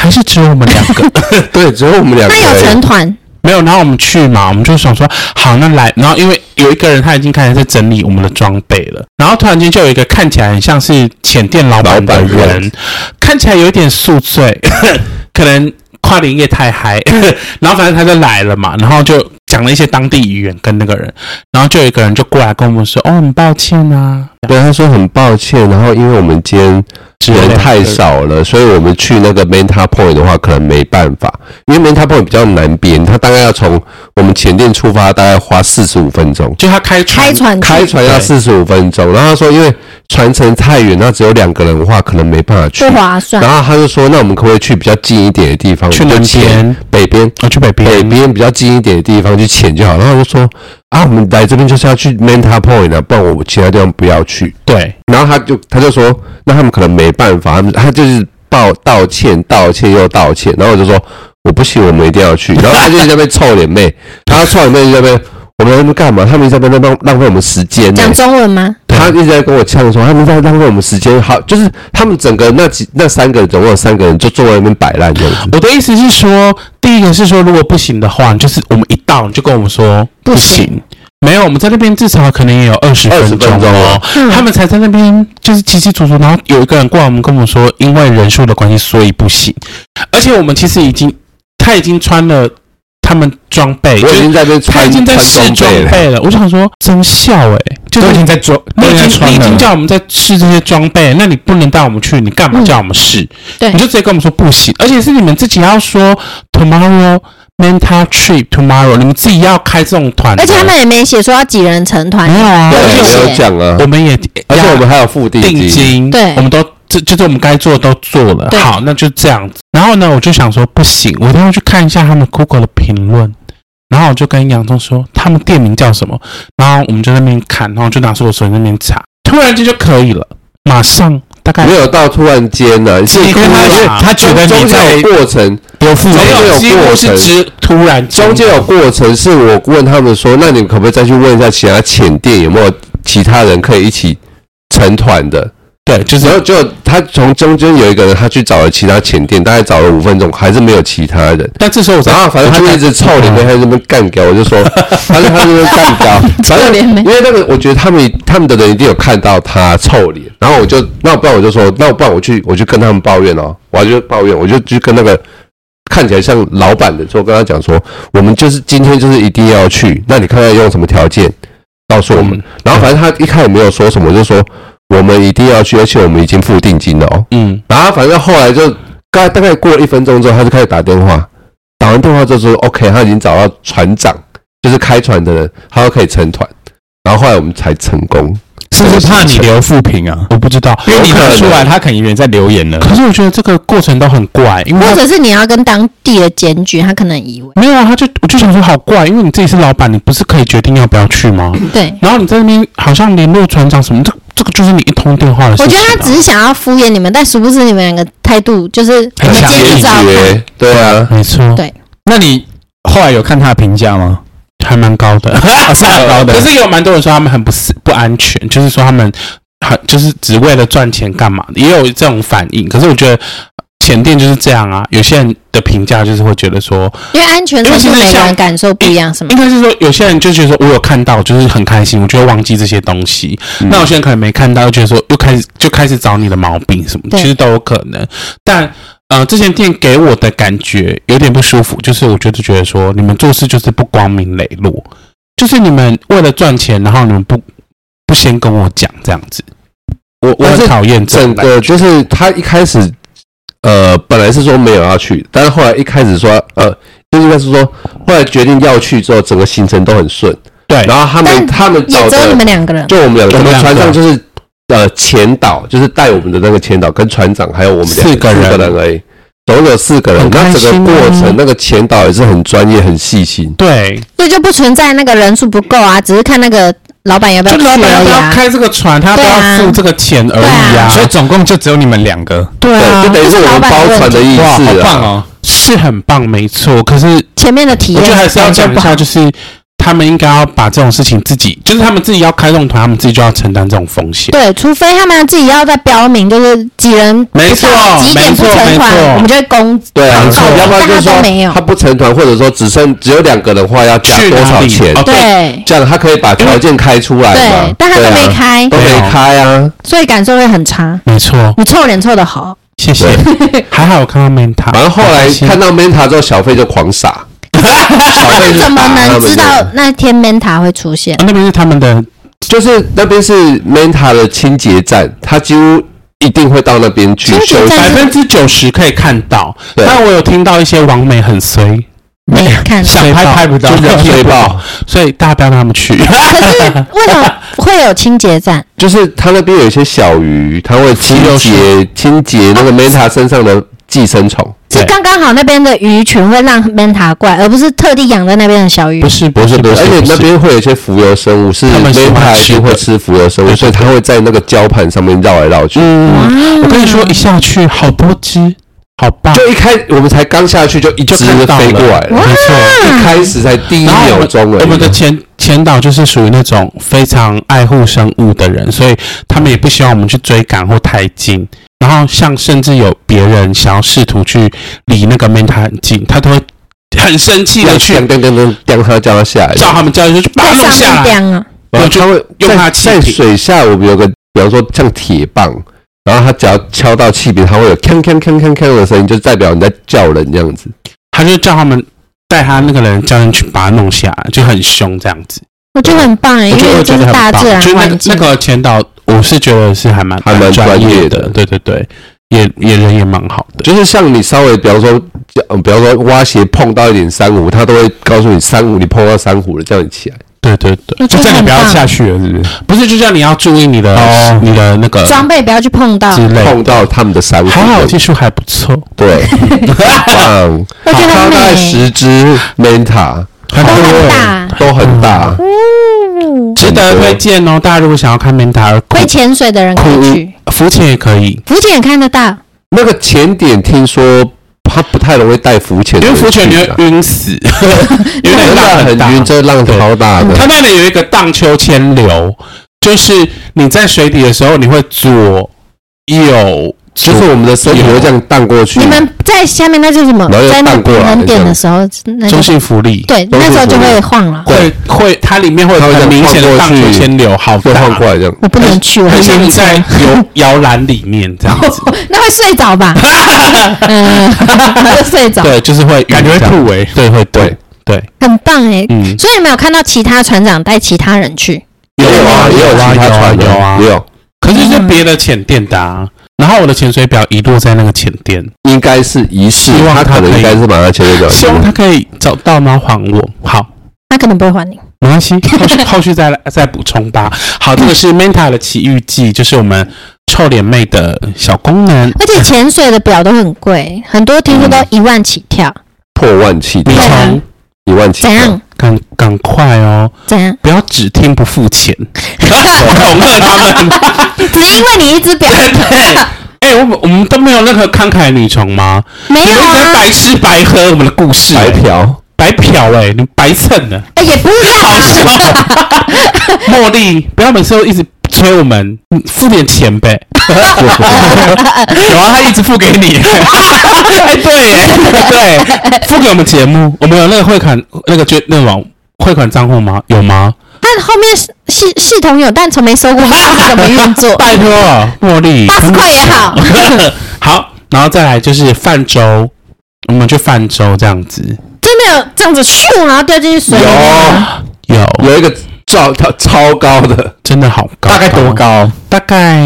[SPEAKER 1] 还是只有我们两个，
[SPEAKER 3] 对，只有我们两个
[SPEAKER 2] 那有
[SPEAKER 3] 人
[SPEAKER 2] 成。团，
[SPEAKER 1] 没有，然后我们去嘛，我们就想说，好，那来，然后因为有一个人他已经开始在整理我们的装备了，然后突然间就有一个看起来很像是浅店老板的
[SPEAKER 3] 老板
[SPEAKER 1] 人，看起来有一点宿醉， *laughs* 可能跨年夜太嗨， *laughs* 然后反正他就来了嘛，然后就讲了一些当地语言跟那个人，然后就有一个人就过来跟我们说，哦，很抱歉啊，
[SPEAKER 3] 对，他说很抱歉，然后因为我们今天
[SPEAKER 1] 啊
[SPEAKER 3] 人太少了，所以我们去那个 Menta Point 的话，可能没办法，因为 Menta Point 比较南边，它大概要从我们前店出发，大概花四十五分钟，
[SPEAKER 1] 就他开船
[SPEAKER 2] 开船去
[SPEAKER 3] 开船要四十五分钟。然后他说，因为船程太远，那只有两个人的话，可能没办法去
[SPEAKER 2] 不。划算
[SPEAKER 3] 然。后他就说，那我们可不可以去比较近一点的地方？
[SPEAKER 1] 去
[SPEAKER 3] 我们就
[SPEAKER 1] 南
[SPEAKER 3] 潜
[SPEAKER 1] 边
[SPEAKER 3] 北边。
[SPEAKER 1] 我哦去北
[SPEAKER 3] 北
[SPEAKER 1] 边，
[SPEAKER 3] 边比较近一点的地方去潜就好，然后我就说啊，我们来这边就是要去 Manta Point 的、不然我其他地方不要去。
[SPEAKER 1] 对，
[SPEAKER 3] 然后他就他就说，那他们可能没办法，他们他就是道道歉，道歉又道歉。然后我就说我不行，我们一定要去。然后他就在那边臭脸妹，然后臭脸妹就在那边，我们在那边干嘛？他们一直在那边浪浪费我们时间、呢。
[SPEAKER 2] 讲中文吗？
[SPEAKER 3] 他一直在跟我呛说，他们在浪费我们时间。好，就是他们整个那几那三个人，总共有三个人就坐在那边摆烂这样子。
[SPEAKER 1] 我的意思是说，第一个是说，如果不行的话，就是我们一到你就跟我们说
[SPEAKER 2] 不行
[SPEAKER 1] 行。没有，我们在那边至少可能也有二十
[SPEAKER 3] 20
[SPEAKER 1] 分钟
[SPEAKER 3] 分钟
[SPEAKER 1] 哦
[SPEAKER 3] 哦，
[SPEAKER 1] 他们才在那边就是起起楚楚，然后有一个人过来，我们跟我们说，因为人数的关系，所以不行。而且我们其实已经，他已经穿了他们装备，
[SPEAKER 3] 我
[SPEAKER 1] 就
[SPEAKER 3] 已
[SPEAKER 1] 是
[SPEAKER 3] 经在那边
[SPEAKER 1] 他
[SPEAKER 3] 穿
[SPEAKER 1] 已经在试
[SPEAKER 3] 穿
[SPEAKER 1] 装
[SPEAKER 3] 备了，
[SPEAKER 1] 备了。我就想说，真笑哎、就是
[SPEAKER 4] 都已经在做，
[SPEAKER 1] 你
[SPEAKER 4] 都
[SPEAKER 1] 已
[SPEAKER 4] 已经在
[SPEAKER 1] 经你已
[SPEAKER 4] 穿
[SPEAKER 1] 经
[SPEAKER 4] 了。
[SPEAKER 1] 叫我们在试这些装备，那你不能带我们去，你干嘛
[SPEAKER 2] 嗯
[SPEAKER 1] 叫我们试？
[SPEAKER 2] 对
[SPEAKER 1] 你就直接跟我们说不行，而且是你们自己要说 tomorrow mental trip tomorrow，你们自己要开这种团的，
[SPEAKER 2] 而且他们也没写说要几人成团
[SPEAKER 1] 没，有啊，
[SPEAKER 3] 对，
[SPEAKER 1] 而且
[SPEAKER 2] 谢
[SPEAKER 3] 没有讲啊
[SPEAKER 1] 我。我们也
[SPEAKER 3] 而且我们还有付定
[SPEAKER 1] 哎定
[SPEAKER 3] 金，
[SPEAKER 1] 金，
[SPEAKER 2] 对
[SPEAKER 1] 我们都这就是我们该做的都做了，
[SPEAKER 2] 对
[SPEAKER 1] 好，那就这样子。然后呢，我就想说不行，我一定要去看一下他们 Google 的评论。然后我就跟洋葱说他们店名叫什么，然后我们就在那边看，然后就拿出我手机那边查，突然间就可以了，马上大概
[SPEAKER 3] 没有到突然间呢、啊，是
[SPEAKER 1] 你
[SPEAKER 4] 因为
[SPEAKER 1] 跟
[SPEAKER 4] 他是
[SPEAKER 1] 哭了
[SPEAKER 4] 他觉得你
[SPEAKER 3] 中间
[SPEAKER 4] 在
[SPEAKER 3] 有过程，
[SPEAKER 4] 有付
[SPEAKER 3] 没有
[SPEAKER 1] 几乎是只突然间
[SPEAKER 3] 中间有过程是我问他们说，那你们可不可以再去问一下其他浅店有没有其他人可以一起成团的？
[SPEAKER 1] 对，就是
[SPEAKER 3] 然后就他从中间有一个人，他去找了其他前店，大概找了五分钟，还是没有其他人。
[SPEAKER 1] 但这时候我才
[SPEAKER 3] 然后反正他就
[SPEAKER 1] *laughs*
[SPEAKER 3] 一直臭脸面，还在那边干掉，我就说，他就他就在那边干
[SPEAKER 1] *laughs*
[SPEAKER 3] 掉，反
[SPEAKER 2] 臭
[SPEAKER 3] 正
[SPEAKER 2] 脸妹
[SPEAKER 3] 因为那个我觉得他们他们的人一定有看到他臭脸，然后我就那不然我就说，那不然我去我去跟他们抱怨哦，我就抱怨，我就去跟那个看起来像老板的，说跟他讲说，我们就是今天就是一定要去，那你看看用什么条件告诉我们
[SPEAKER 1] 嗯，
[SPEAKER 3] 然后反正他一开始没有说什么，我就说我们一定要去，而且我们已经付定金了哦。
[SPEAKER 1] 嗯，
[SPEAKER 3] 然后反正后来就大大概过了一分钟之后，他就开始打电话，打完电话就说 OK，他已经找到船长，就是开船的人，他说可以成团。然后后来我们才成功，
[SPEAKER 4] 是不是怕你留负评啊？
[SPEAKER 1] 我不知道。
[SPEAKER 4] 因为你拿出来，他可能以为在留言了。
[SPEAKER 1] 可是我觉得这个过程都很怪，因为
[SPEAKER 2] 或者是你要跟当地的检举，他可能以为
[SPEAKER 1] 没有啊，他就我就想说好怪，因为你自己是老板，你不是可以决定要不要去吗？
[SPEAKER 2] 对。
[SPEAKER 1] 然后你在那边好像联络船长什么，这这个就是你一通电话的事
[SPEAKER 2] 我
[SPEAKER 1] 情
[SPEAKER 2] 觉
[SPEAKER 1] 啊、
[SPEAKER 2] 得他只是想要敷衍你们，但殊不知你们两个态度就是你
[SPEAKER 1] 很
[SPEAKER 2] 们
[SPEAKER 1] 想
[SPEAKER 2] 坚
[SPEAKER 1] 解
[SPEAKER 2] 持
[SPEAKER 1] 决
[SPEAKER 2] 照看。
[SPEAKER 3] 决，对啊，
[SPEAKER 1] 没错，
[SPEAKER 2] 对
[SPEAKER 4] 那你后来有看他的评价吗？
[SPEAKER 1] 还蛮高
[SPEAKER 2] *laughs*
[SPEAKER 1] 的，
[SPEAKER 4] 是蛮高的
[SPEAKER 1] 可是有蛮多人说他们很不是不安全，就是说他们很就是只为了赚钱干嘛的，也有这种反应。可是我觉得前店就是这样啊，有些人的评价就是会觉得说，
[SPEAKER 2] 因为安全程度每个人感受不一样，是吗
[SPEAKER 1] 应？该是说有些人就觉得说我有看到，就是很开心，我就会忘记这些东西。那有些人可能没看到，就觉得说又开始就开始找你的毛病什么的，
[SPEAKER 2] 对
[SPEAKER 1] 其实都有可能。但呃，之前店给我的感觉有点不舒服，就是我就是觉得说你们做事就是不光明磊落，就是你们为了赚钱，然后你们不不先跟我讲这样子，
[SPEAKER 3] 我
[SPEAKER 1] 我
[SPEAKER 3] 我
[SPEAKER 1] 很
[SPEAKER 3] 是
[SPEAKER 1] 讨厌这
[SPEAKER 3] 整
[SPEAKER 1] 种感觉
[SPEAKER 3] 个就是他一开始，呃，本来是说没有要去，但是后来一开始说，呃，就应该是说后来决定要去之后，整个行程都很顺。
[SPEAKER 1] 对
[SPEAKER 3] 然后他们
[SPEAKER 2] 但
[SPEAKER 3] 他们找
[SPEAKER 2] 也只有
[SPEAKER 3] 的
[SPEAKER 2] 你们两个人，
[SPEAKER 3] 就我们两个，
[SPEAKER 1] 我
[SPEAKER 3] 我们
[SPEAKER 1] 们两个
[SPEAKER 3] 船上就是呃前导，就是带我们的那个前导跟船长，还有我们两
[SPEAKER 1] 四个人
[SPEAKER 3] 四个人而已，总共有四个人
[SPEAKER 1] 很。开
[SPEAKER 3] 那整
[SPEAKER 1] 心啊
[SPEAKER 3] 个过程，那个前导也是很专业、很细心。
[SPEAKER 1] 对，
[SPEAKER 2] 所以就不存在那个人数不够啊，只是看那个老板要不要
[SPEAKER 1] 就
[SPEAKER 2] 去
[SPEAKER 1] 老板要
[SPEAKER 2] 而
[SPEAKER 1] 不
[SPEAKER 2] 已
[SPEAKER 1] 要
[SPEAKER 2] 啊。
[SPEAKER 1] 开这个船，他要不
[SPEAKER 2] 对啊
[SPEAKER 1] 要付这个钱而已啊，
[SPEAKER 4] 所以总共就只有你们两个。
[SPEAKER 1] 对
[SPEAKER 3] 对，
[SPEAKER 1] 啊
[SPEAKER 3] 就，等于是我们包船的意
[SPEAKER 4] 哇，好
[SPEAKER 3] 思
[SPEAKER 4] 棒
[SPEAKER 3] 啊。
[SPEAKER 4] 哦！
[SPEAKER 1] 是很棒，没错。可是
[SPEAKER 2] 前面的体
[SPEAKER 1] 我
[SPEAKER 2] 验
[SPEAKER 1] 觉得还是要讲一下，就是他们应该要把这种事情自己，就是他们自己要开这种团，他们自己就要承担这种风险。
[SPEAKER 2] 对，除非他们自己要再标明，就是几人不到
[SPEAKER 1] 没错
[SPEAKER 2] 几点不
[SPEAKER 1] 没
[SPEAKER 2] 成
[SPEAKER 1] 错没错
[SPEAKER 2] 团，我们就会公
[SPEAKER 3] 对啊
[SPEAKER 2] 公，告
[SPEAKER 3] 要不然就是
[SPEAKER 2] 大家都没
[SPEAKER 3] 说
[SPEAKER 2] 有
[SPEAKER 3] 他。不成团，或者说只剩只有两个人的话，要加
[SPEAKER 1] 去
[SPEAKER 3] 多
[SPEAKER 1] 哪
[SPEAKER 3] 少
[SPEAKER 1] 里
[SPEAKER 3] 钱
[SPEAKER 1] 哦？
[SPEAKER 2] 对
[SPEAKER 3] 这样他可以把条件开出来嘛
[SPEAKER 2] 对，？但他都
[SPEAKER 3] 对啊
[SPEAKER 2] 没开
[SPEAKER 3] 都，没开啊。
[SPEAKER 2] 所以感受会很差。
[SPEAKER 1] 没错，
[SPEAKER 2] 你臭脸臭的好，
[SPEAKER 1] 谢谢。 *laughs* 还好我看到 Manta，
[SPEAKER 3] 反正后来
[SPEAKER 1] 哦
[SPEAKER 3] 看到 Menta 之后，小费就狂撒，小费就打他
[SPEAKER 2] 他们怎么能
[SPEAKER 3] 们
[SPEAKER 2] 知
[SPEAKER 3] 的
[SPEAKER 2] 道那天 Manta 会出现？
[SPEAKER 1] 那边是他们的，
[SPEAKER 3] 就是那边是 Menta 的清洁站，他几乎一定会到那边去
[SPEAKER 2] 清洁
[SPEAKER 3] 休息。
[SPEAKER 1] 百
[SPEAKER 2] 站
[SPEAKER 1] 分之九十可以看到，
[SPEAKER 3] *laughs* 对
[SPEAKER 1] 但我有听到一些网美很衰，
[SPEAKER 2] 没看
[SPEAKER 1] *laughs*
[SPEAKER 2] 到。
[SPEAKER 1] 想拍拍不到，
[SPEAKER 3] 就人
[SPEAKER 1] 人
[SPEAKER 3] 推爆，
[SPEAKER 1] 所以大家不要让他们去。
[SPEAKER 2] 可是为什么会有清洁站？
[SPEAKER 3] 就是他那边有一些小鱼，他会清洁清洁那个 Meta 身上的寄生虫。
[SPEAKER 1] *laughs* 对
[SPEAKER 2] 是刚刚好那边的鱼群会让 Manta 怪，而不是特地养在那边的小鱼
[SPEAKER 1] 不。是不是不
[SPEAKER 3] 而且那边会有一些浮游生物，是
[SPEAKER 1] 他们喜
[SPEAKER 3] Meta
[SPEAKER 1] 欢
[SPEAKER 3] 一
[SPEAKER 1] 吃的
[SPEAKER 3] 定会吃浮游生物，所以它会在那个礁盘上面绕来绕去。
[SPEAKER 1] 嗯，我跟你说，一下去好多只，好棒，
[SPEAKER 3] 就一开我们才刚下去，就一
[SPEAKER 1] 就
[SPEAKER 3] 只
[SPEAKER 1] 看到
[SPEAKER 3] 飞过来
[SPEAKER 1] 了，
[SPEAKER 3] 了。
[SPEAKER 1] 没错。
[SPEAKER 3] 一开始才第一
[SPEAKER 1] 然后我
[SPEAKER 3] 秒
[SPEAKER 1] 们
[SPEAKER 3] 钟而已，
[SPEAKER 1] 我们的前千岛就是属于那种非常爱护生物的人，所以他们也不希望我们去追赶或太近。然后像甚至有别人想要试图去离那个 manta 很近，他都会很生气的去
[SPEAKER 3] 去噔噔噔噔，他叫他下来。
[SPEAKER 1] 照他们教育说去把
[SPEAKER 2] 在
[SPEAKER 1] 他弄
[SPEAKER 2] 上
[SPEAKER 1] 下
[SPEAKER 2] 面这
[SPEAKER 1] 来。
[SPEAKER 2] 样啊，
[SPEAKER 3] 然后他会
[SPEAKER 1] 用它的气
[SPEAKER 3] 在在
[SPEAKER 1] 瓶
[SPEAKER 3] 水下，我们有个，比方说像铁棒，然后他只要敲到气瓶，它会有锵锵锵锵锵的声音，就代表你在叫人这样子。
[SPEAKER 1] 他就叫他们带他那个人叫人去把他弄下来，就很凶这样子。
[SPEAKER 2] 我觉得很棒哎、
[SPEAKER 1] 我觉
[SPEAKER 2] 因
[SPEAKER 1] 得
[SPEAKER 2] 为
[SPEAKER 1] 我
[SPEAKER 2] 这
[SPEAKER 1] 觉
[SPEAKER 2] 是
[SPEAKER 1] 得很
[SPEAKER 2] 大
[SPEAKER 1] 棒，
[SPEAKER 2] 自然
[SPEAKER 1] 就是那
[SPEAKER 2] 环
[SPEAKER 1] 个
[SPEAKER 2] 境。
[SPEAKER 1] 那个前导，我是觉得是还蛮
[SPEAKER 3] 还蛮
[SPEAKER 1] 专
[SPEAKER 3] 专业
[SPEAKER 1] 业
[SPEAKER 3] 的
[SPEAKER 1] 对对对，也也人也蛮好的。
[SPEAKER 3] 就是像你稍微，比方说，呃比方说挖鞋碰到一点珊瑚，它都会告诉你珊瑚，你碰到珊瑚了，叫你起来。
[SPEAKER 1] 对对对，
[SPEAKER 2] 我觉得
[SPEAKER 4] 就叫你
[SPEAKER 2] 很
[SPEAKER 4] 不要下
[SPEAKER 2] 棒，
[SPEAKER 4] 去了，是不是？
[SPEAKER 1] 不是就叫你要注意你的、
[SPEAKER 4] 哦
[SPEAKER 1] 你的那个
[SPEAKER 2] 装备不要去碰到，
[SPEAKER 1] 之类的。
[SPEAKER 3] 碰到他们的珊瑚，
[SPEAKER 1] 还好技术还不错， *laughs*
[SPEAKER 3] 对，棒，
[SPEAKER 2] 我觉得
[SPEAKER 3] 它大
[SPEAKER 2] 很
[SPEAKER 3] 概
[SPEAKER 2] 美，
[SPEAKER 3] 十只 manta
[SPEAKER 1] 很
[SPEAKER 2] 都很大。
[SPEAKER 3] 都很大，
[SPEAKER 2] 嗯，
[SPEAKER 1] 值得推荐哦。大家如果想要看 Manta
[SPEAKER 2] 会潜水的人可以去，
[SPEAKER 4] 呃
[SPEAKER 1] 浮潜也可以，
[SPEAKER 2] 浮潜也看得到。
[SPEAKER 3] 那个潜点听说它不太容易带浮潜的
[SPEAKER 1] 因
[SPEAKER 3] 人去
[SPEAKER 1] 为浮
[SPEAKER 3] 啊，
[SPEAKER 1] 潜你会晕死，因为
[SPEAKER 3] 真的
[SPEAKER 1] 那浪
[SPEAKER 3] 很
[SPEAKER 1] 大嗯
[SPEAKER 3] 晕，这浪超大的。
[SPEAKER 1] 它那里有一个荡秋千流，就是你在水底的时候，你会左右，
[SPEAKER 3] 就
[SPEAKER 1] 就是
[SPEAKER 3] 我们的身体会这样荡过去
[SPEAKER 2] 你，们在下面那是什么？
[SPEAKER 3] 然后又
[SPEAKER 2] 在那
[SPEAKER 3] 荡过来
[SPEAKER 2] 冷点的时候，那
[SPEAKER 1] 啊中
[SPEAKER 2] 就
[SPEAKER 1] 性浮力，
[SPEAKER 2] 对，
[SPEAKER 3] 中
[SPEAKER 2] 那
[SPEAKER 3] 性
[SPEAKER 2] 时候就
[SPEAKER 3] 浮力
[SPEAKER 2] 会晃了。
[SPEAKER 1] 会会，它里面会有
[SPEAKER 3] 它会这
[SPEAKER 1] 很
[SPEAKER 3] 样
[SPEAKER 1] 明显的
[SPEAKER 3] 晃
[SPEAKER 1] 荡
[SPEAKER 3] 过去
[SPEAKER 1] 秋千流，好
[SPEAKER 3] 会
[SPEAKER 1] 大
[SPEAKER 3] 晃过来这样。
[SPEAKER 2] 我不能去，我
[SPEAKER 1] 很像
[SPEAKER 2] 想
[SPEAKER 1] 你在
[SPEAKER 2] *laughs*
[SPEAKER 1] 摇摇篮里面这样子，
[SPEAKER 2] 那会睡
[SPEAKER 1] *laughs*
[SPEAKER 2] 着吧？嗯， *laughs* 会睡着，
[SPEAKER 1] 对，就是会晕
[SPEAKER 4] 感觉会
[SPEAKER 1] 这样
[SPEAKER 4] 吐哎、
[SPEAKER 1] 对，会欸对
[SPEAKER 3] 对
[SPEAKER 1] 对，
[SPEAKER 2] 很棒哎。
[SPEAKER 1] 嗯，
[SPEAKER 2] 所以你们有看到其他船长带其他人去？
[SPEAKER 3] 有啊，也有其他船的
[SPEAKER 1] 有啊
[SPEAKER 3] 也有，
[SPEAKER 1] 可是是别的浅店的啊。然后我的潜水表遗落在那个浅店，
[SPEAKER 3] 应该是仪式
[SPEAKER 1] 希，望
[SPEAKER 3] 他
[SPEAKER 1] 它
[SPEAKER 3] 可能
[SPEAKER 1] 可
[SPEAKER 3] 应
[SPEAKER 1] 以
[SPEAKER 3] 该是把它潜水表
[SPEAKER 1] 希望他可以找到吗？还我好。
[SPEAKER 2] 他可能不会还你。
[SPEAKER 1] 没关系，后续后续再来再补充吧。好，这个是 Menta 的奇遇记，就是我们臭脸妹的小功能。
[SPEAKER 2] 而且潜水的表都很贵，很多听说
[SPEAKER 1] 嗯
[SPEAKER 2] 都一万起跳。
[SPEAKER 3] 破万起跳
[SPEAKER 1] 你，
[SPEAKER 2] 对啊
[SPEAKER 1] 从
[SPEAKER 3] 一万起
[SPEAKER 2] 怎
[SPEAKER 3] 跳
[SPEAKER 2] 样？？
[SPEAKER 1] 赶赶快哦，
[SPEAKER 2] 怎样？ *laughs*
[SPEAKER 1] 不要只听不付
[SPEAKER 3] *laughs*
[SPEAKER 1] 钱，恐吓他们。
[SPEAKER 2] 只因为你一只
[SPEAKER 1] *laughs*
[SPEAKER 2] 表
[SPEAKER 1] 哎、我们我们都没有任何慷慨女宠吗？
[SPEAKER 2] 没
[SPEAKER 1] 你
[SPEAKER 2] 有
[SPEAKER 1] 们一直在
[SPEAKER 2] 啊？
[SPEAKER 1] 白吃白喝我们的故事、
[SPEAKER 3] 白
[SPEAKER 1] *laughs*
[SPEAKER 3] 嫖，
[SPEAKER 1] 白嫖哎、你白蹭的。
[SPEAKER 2] 哎也不是这样
[SPEAKER 1] 好
[SPEAKER 2] 啊。
[SPEAKER 1] 笑。茉莉，不要每次都一直催我们，嗯付点钱呗。
[SPEAKER 3] *laughs*
[SPEAKER 4] 有啊，他一直付给你，
[SPEAKER 1] 哎，对耶，对，付给我们节目，我们有那个汇款那个捐那个网汇款账户吗？有吗？。
[SPEAKER 2] 但后面系系系统有，但从没收过，不知道是怎么运
[SPEAKER 1] *laughs*
[SPEAKER 2] 作
[SPEAKER 1] 拜托，茉莉，
[SPEAKER 2] 八十块也
[SPEAKER 1] *laughs*
[SPEAKER 2] 好，
[SPEAKER 1] 好，然后再来就是泛舟，我们去泛舟这样子，
[SPEAKER 2] 真的有这样子咻，然后掉进去水里面啊吗。
[SPEAKER 3] 有
[SPEAKER 1] 有
[SPEAKER 3] 有一个照它超高的，
[SPEAKER 1] 真的好高，
[SPEAKER 4] 大概多？高？
[SPEAKER 1] 大概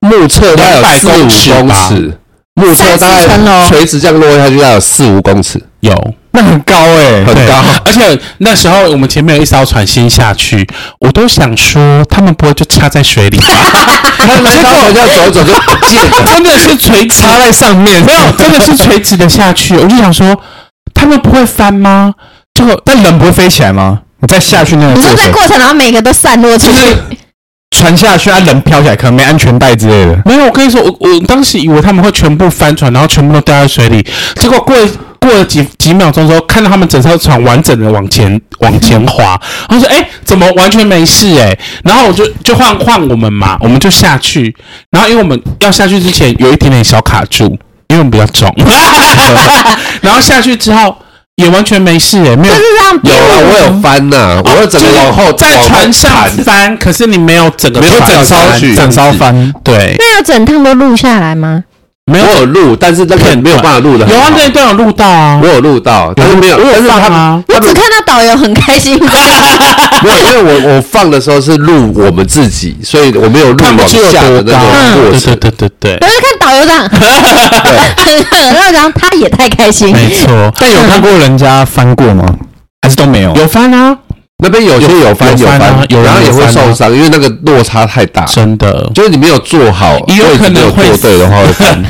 [SPEAKER 3] 目测大概有
[SPEAKER 1] 200
[SPEAKER 3] 四
[SPEAKER 1] 公尺
[SPEAKER 3] 五公
[SPEAKER 1] 吧
[SPEAKER 3] 尺，目测大
[SPEAKER 2] 30层
[SPEAKER 3] 概
[SPEAKER 2] 楼
[SPEAKER 3] 垂直这样落下去，大概有四五公尺，
[SPEAKER 1] 有。
[SPEAKER 4] 那很高哎、
[SPEAKER 3] 很
[SPEAKER 1] 对
[SPEAKER 3] 高。
[SPEAKER 1] 而且那时候我们前面有一艘船先下去，我都想说他们不会就插在水
[SPEAKER 4] *laughs*
[SPEAKER 1] 里吧？
[SPEAKER 3] *laughs* 他来到好像走走
[SPEAKER 1] *laughs*
[SPEAKER 3] 就不见了，
[SPEAKER 1] 真的是垂直
[SPEAKER 4] 插在上面，
[SPEAKER 1] *laughs* 没有，真的是 *laughs* 垂直的下去。我就想说，他们不会翻吗？
[SPEAKER 4] 这个，但人不会飞起来吗？你再下去那个
[SPEAKER 2] 你
[SPEAKER 4] 过
[SPEAKER 2] 说在
[SPEAKER 4] 程，
[SPEAKER 2] 过程，然后每个都散落出
[SPEAKER 4] 就
[SPEAKER 2] 去
[SPEAKER 4] 是，船下去，他人飘起来，可能没安全带之类的。
[SPEAKER 1] 没有，我跟你说，我我当时以为他们会全部翻船，然后全部都掉在水里。结果过过了几几秒钟之后，看到他们整艘船完整的往前往前滑，然后说：“哎、怎么完全没事、哎，然后我就就换换我们嘛，我们就下去。然后因为我们要下去之前有一点点小卡住，因为我们比
[SPEAKER 3] *laughs*
[SPEAKER 1] 较重。然后下去之后也完全没事、哎，没有
[SPEAKER 2] 就是这样
[SPEAKER 3] 有啊，我有翻呐，我有整个往后
[SPEAKER 1] 在船上
[SPEAKER 3] 往后弹
[SPEAKER 1] 翻，可是你没有整个
[SPEAKER 3] 没有
[SPEAKER 1] 船
[SPEAKER 3] 整艘
[SPEAKER 1] 翻
[SPEAKER 3] 去
[SPEAKER 4] 整艘翻，
[SPEAKER 1] 对，
[SPEAKER 2] 那要整趟都录下来吗？
[SPEAKER 1] 没有
[SPEAKER 3] 我有录，但是那个没有办法录的。
[SPEAKER 1] 有啊，那一段有录到啊
[SPEAKER 3] 我，有录到，但是没有，
[SPEAKER 1] 我
[SPEAKER 3] 但
[SPEAKER 1] 有
[SPEAKER 3] 是
[SPEAKER 1] 放
[SPEAKER 3] 他
[SPEAKER 1] 啊，
[SPEAKER 2] 我只看到导游很开心，
[SPEAKER 3] 没有，因为我我放的时候是录我们自己，所以我没有录
[SPEAKER 1] 看不
[SPEAKER 3] 往
[SPEAKER 1] 出有
[SPEAKER 3] 下的
[SPEAKER 1] 多高嗯
[SPEAKER 3] 那，种过
[SPEAKER 1] 对对
[SPEAKER 3] 程。
[SPEAKER 1] 对对对，
[SPEAKER 2] 我就看导游这样，然后然后他也太开心，
[SPEAKER 1] 没错，
[SPEAKER 4] 但有看过人家翻过吗？还是都没有？
[SPEAKER 1] 有翻啊，
[SPEAKER 3] 那边有些有翻
[SPEAKER 1] 有翻啊
[SPEAKER 3] 翻，
[SPEAKER 1] 有人
[SPEAKER 3] 然后也
[SPEAKER 1] 有
[SPEAKER 3] 会
[SPEAKER 1] 翻啊
[SPEAKER 3] 受伤，因为那个落差太大，
[SPEAKER 1] 真的。
[SPEAKER 3] 就是你没有做好，
[SPEAKER 1] 也有
[SPEAKER 3] 位置
[SPEAKER 1] 可能
[SPEAKER 3] 没有
[SPEAKER 1] 会
[SPEAKER 3] 做对的话会
[SPEAKER 1] *laughs*
[SPEAKER 3] 翻。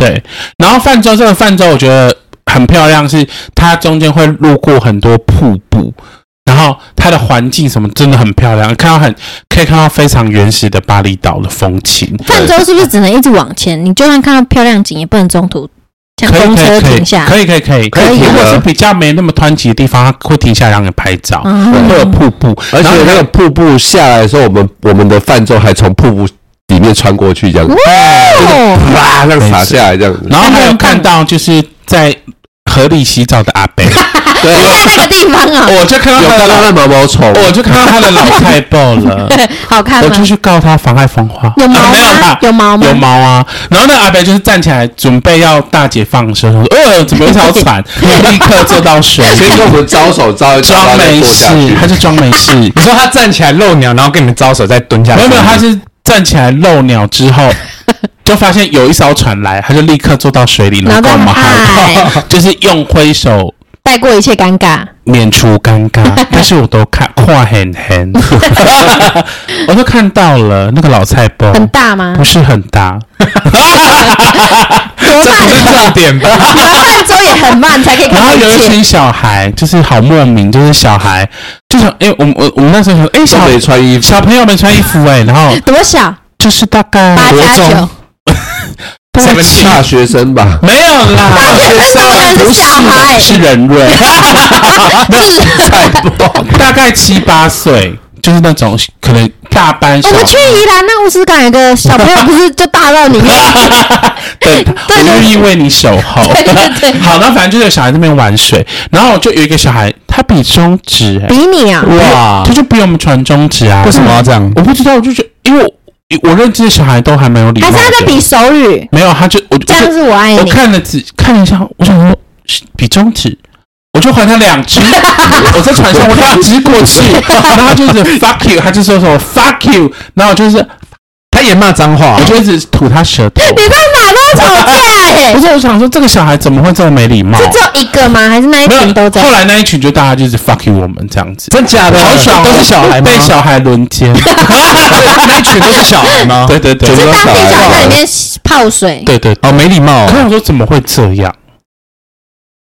[SPEAKER 1] 对，然后泛舟这个泛舟，我觉得很漂亮，是它中间会路过很多瀑布，然后它的环境什么真的很漂亮，看到很可以看到非常原始的巴厘岛的风情。
[SPEAKER 2] 泛舟是不是只能一直往前？你就算看到漂亮景，也不能中途像
[SPEAKER 1] 可以
[SPEAKER 2] 公车
[SPEAKER 1] 可以
[SPEAKER 2] 停下，
[SPEAKER 1] 可以可以可以
[SPEAKER 3] 可以
[SPEAKER 1] 如
[SPEAKER 3] 停
[SPEAKER 1] 果
[SPEAKER 3] 的
[SPEAKER 1] 是比较没那么湍急的地方，它会停下来让你拍照，
[SPEAKER 2] 嗯
[SPEAKER 1] 会有瀑布，
[SPEAKER 3] 而且
[SPEAKER 1] 然后
[SPEAKER 3] 那个瀑布下来的时候，我们我们的泛舟还从瀑布里面穿过去，这样
[SPEAKER 2] 哦，
[SPEAKER 3] 啪这样洒下来，这样子。
[SPEAKER 1] 然后还有看到就是在河里洗澡的阿北，
[SPEAKER 3] 对，
[SPEAKER 2] 在那个地方啊，
[SPEAKER 1] *laughs* 我就看到
[SPEAKER 3] 有
[SPEAKER 1] 他
[SPEAKER 3] 看
[SPEAKER 1] 的
[SPEAKER 3] 到那
[SPEAKER 1] 老，
[SPEAKER 3] 毛毛虫，
[SPEAKER 1] 我就看到他的老太婆
[SPEAKER 2] *laughs*
[SPEAKER 1] 了，
[SPEAKER 2] 对，好看
[SPEAKER 1] 我
[SPEAKER 2] 吗
[SPEAKER 1] 就？去告他妨碍风化，
[SPEAKER 2] 有毛
[SPEAKER 1] 啊没有
[SPEAKER 2] 吗
[SPEAKER 1] 啦？
[SPEAKER 2] 有毛吗
[SPEAKER 1] 有？毛啊！然后那个阿伯就是站起来准备要大解放身，我说：“呃，怎么有一条 *laughs* 船？”立刻坐到水里，
[SPEAKER 3] 先跟我们招手招一招，
[SPEAKER 1] 装
[SPEAKER 3] 然后再
[SPEAKER 1] 没
[SPEAKER 3] 坐
[SPEAKER 1] 事
[SPEAKER 3] 下去，
[SPEAKER 1] 他。就装没事。
[SPEAKER 4] 你说他站起来露鸟，然后跟你们招手，再蹲下
[SPEAKER 1] 没
[SPEAKER 4] 去。
[SPEAKER 1] 有没有，他是站起来漏鸟之
[SPEAKER 2] *laughs*
[SPEAKER 1] 后，就发现有一艘船来，他就立刻坐到水里，然后跟我们
[SPEAKER 2] 然
[SPEAKER 1] 嗨到，
[SPEAKER 2] 后
[SPEAKER 1] 就是用挥手
[SPEAKER 2] 带过一切尴尬，
[SPEAKER 1] 免除尴尬。但是我都看跨很很，我都看到了那个老菜包。
[SPEAKER 2] 很大吗？
[SPEAKER 1] 不是很大，
[SPEAKER 2] 多
[SPEAKER 4] 这不
[SPEAKER 2] 慢？
[SPEAKER 4] 是重点吧？
[SPEAKER 2] 泛舟也很慢才可以
[SPEAKER 1] *laughs* 然后
[SPEAKER 2] 看
[SPEAKER 1] 有
[SPEAKER 2] 得
[SPEAKER 1] 一
[SPEAKER 2] 见。
[SPEAKER 1] 群小孩，就是好莫名，就是小孩，就想，哎、我们我我们那时候想，哎、
[SPEAKER 3] 都
[SPEAKER 1] 小
[SPEAKER 3] 没穿衣服，
[SPEAKER 1] 小朋友们穿衣服、哎，然后
[SPEAKER 2] 多小？
[SPEAKER 1] 就是大概
[SPEAKER 2] 八
[SPEAKER 1] 国
[SPEAKER 2] 加
[SPEAKER 1] 中
[SPEAKER 2] 九，，
[SPEAKER 1] 大概七
[SPEAKER 3] 大学生吧？
[SPEAKER 1] 没有啦，
[SPEAKER 2] 大学生当然是小孩
[SPEAKER 1] 不是是人瑞，大概七八岁，就是那种可能大班小
[SPEAKER 2] 我
[SPEAKER 1] 孩。
[SPEAKER 2] 们去宜兰那乌斯港有个小朋友，不是就大到你吗？ *laughs*
[SPEAKER 1] 等他，
[SPEAKER 2] 对
[SPEAKER 1] 我愿意为你守候。
[SPEAKER 2] 对对对
[SPEAKER 1] *laughs* 好，那反正就有小孩在那边玩水，然后就有一个小孩，他比中指、哎
[SPEAKER 2] 比你啊，
[SPEAKER 4] 哇
[SPEAKER 1] 他，就比我们传中指啊。
[SPEAKER 4] 为什么要这样？
[SPEAKER 1] 我不知道，我就觉得，因为我我认知的小孩都还蛮有礼貌
[SPEAKER 2] 还
[SPEAKER 1] 的。
[SPEAKER 2] 是他在比手语？
[SPEAKER 1] 没有，他就我
[SPEAKER 2] 这样是我爱
[SPEAKER 1] 我
[SPEAKER 2] 你。
[SPEAKER 1] 看了只看了一下，我想说是比中指，我就还他两只，我在船上我两只过
[SPEAKER 2] *laughs*
[SPEAKER 1] 去，然后他就是 fuck you，他就说什么 fuck you，然后我就是
[SPEAKER 4] 他也骂脏话
[SPEAKER 1] 我，就一直吐他舌头。
[SPEAKER 2] 你在哪都吵架哎、
[SPEAKER 1] 不是，我想说这个小孩怎么会这么没礼貌？
[SPEAKER 2] 是只有一个吗？还是那一
[SPEAKER 1] 没有
[SPEAKER 2] 群都，在
[SPEAKER 1] 后？来那一群就大家就是 fuck you 我们这样子，
[SPEAKER 4] 真假的？
[SPEAKER 1] 好爽哦，
[SPEAKER 4] 都是小孩吗？
[SPEAKER 1] 被小孩轮奸，
[SPEAKER 4] *laughs* 那一群都是小孩 *laughs* 吗？
[SPEAKER 1] 对对对
[SPEAKER 3] 真
[SPEAKER 2] 是
[SPEAKER 3] 的
[SPEAKER 2] 当地小孩在里面泡水，
[SPEAKER 1] 对对。
[SPEAKER 4] 哦，没礼貌
[SPEAKER 1] 我
[SPEAKER 4] 哦。
[SPEAKER 1] 想说怎么会这样？啊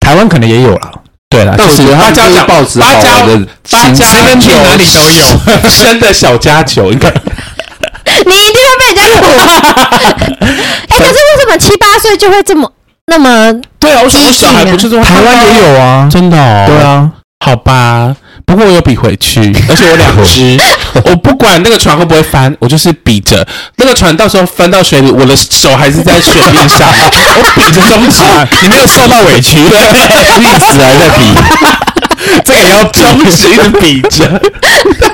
[SPEAKER 4] 台湾可能也有了。对了
[SPEAKER 3] 但我觉得他
[SPEAKER 1] 八加
[SPEAKER 3] 们就是
[SPEAKER 1] 九
[SPEAKER 3] 抱持好玩的
[SPEAKER 1] 八
[SPEAKER 3] 心
[SPEAKER 1] 加
[SPEAKER 3] 情
[SPEAKER 1] 九
[SPEAKER 4] 去哪里都有
[SPEAKER 1] 生的小加九，你看
[SPEAKER 2] 你一定会被人家吐。哎、可是为什么七八岁就会这么那么？
[SPEAKER 1] 对啊，我
[SPEAKER 2] 我小孩不就是
[SPEAKER 4] 台湾也有啊。
[SPEAKER 1] 真的哦？
[SPEAKER 4] 对，啊，
[SPEAKER 1] 好吧，不过我有比回
[SPEAKER 4] *laughs*
[SPEAKER 1] 去，而且我两只，我不管那个船会不会翻，我就是比着那个船到时候翻到水里，我的手还是在水面
[SPEAKER 4] *laughs*
[SPEAKER 1] 上，我比着中指，
[SPEAKER 4] 你没有受到
[SPEAKER 1] *laughs*
[SPEAKER 4] 委屈，
[SPEAKER 3] 一直还在
[SPEAKER 4] *laughs*
[SPEAKER 3] 比，
[SPEAKER 1] 这个要中指一直比着，
[SPEAKER 4] *laughs*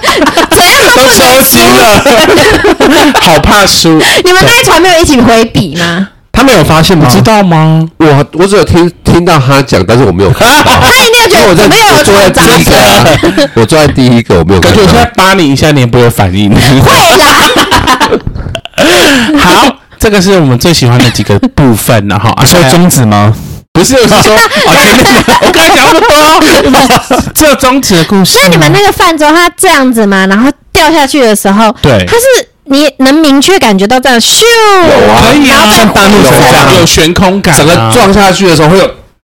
[SPEAKER 1] 都抽筋了， *laughs* 好怕输，
[SPEAKER 2] 你们那一船没有一起回比吗？
[SPEAKER 4] 他们有发现吗？
[SPEAKER 1] 知道吗？
[SPEAKER 3] 我我只有听听到他讲，但是我没有看
[SPEAKER 1] *laughs*
[SPEAKER 3] 到，
[SPEAKER 2] 他一定会觉
[SPEAKER 3] 啊因为
[SPEAKER 2] 得
[SPEAKER 3] 我在
[SPEAKER 2] 怎么有
[SPEAKER 3] 我坐在
[SPEAKER 2] 船砸
[SPEAKER 3] 第一
[SPEAKER 2] 车
[SPEAKER 3] 个？ *laughs* 啊，我坐在第一个，我没有
[SPEAKER 1] 感
[SPEAKER 3] 看
[SPEAKER 1] 觉我现在
[SPEAKER 3] 到。
[SPEAKER 1] 扒你一下，你也不会反
[SPEAKER 4] *laughs*
[SPEAKER 1] 应。
[SPEAKER 2] 会啦，
[SPEAKER 1] 好，这个是我们最喜欢的几个部分了哈。啊，
[SPEAKER 4] 说
[SPEAKER 1] 说中
[SPEAKER 4] 中指吗？
[SPEAKER 1] 不是，我是说，哦，前面的 *laughs* 我刚才讲那么多，只有中指的故事。
[SPEAKER 2] 所以你们那个泛舟，它这样子嘛，然后掉下去的时候，
[SPEAKER 1] 对
[SPEAKER 2] 它是你能明确感觉到这样咻，
[SPEAKER 3] 有啊
[SPEAKER 1] 可以
[SPEAKER 2] 然
[SPEAKER 1] 啊，像
[SPEAKER 2] 后再
[SPEAKER 1] 大陆
[SPEAKER 3] 有
[SPEAKER 1] 这
[SPEAKER 3] 啊
[SPEAKER 1] 样有悬空感啊，
[SPEAKER 3] 整个撞下去的时候会有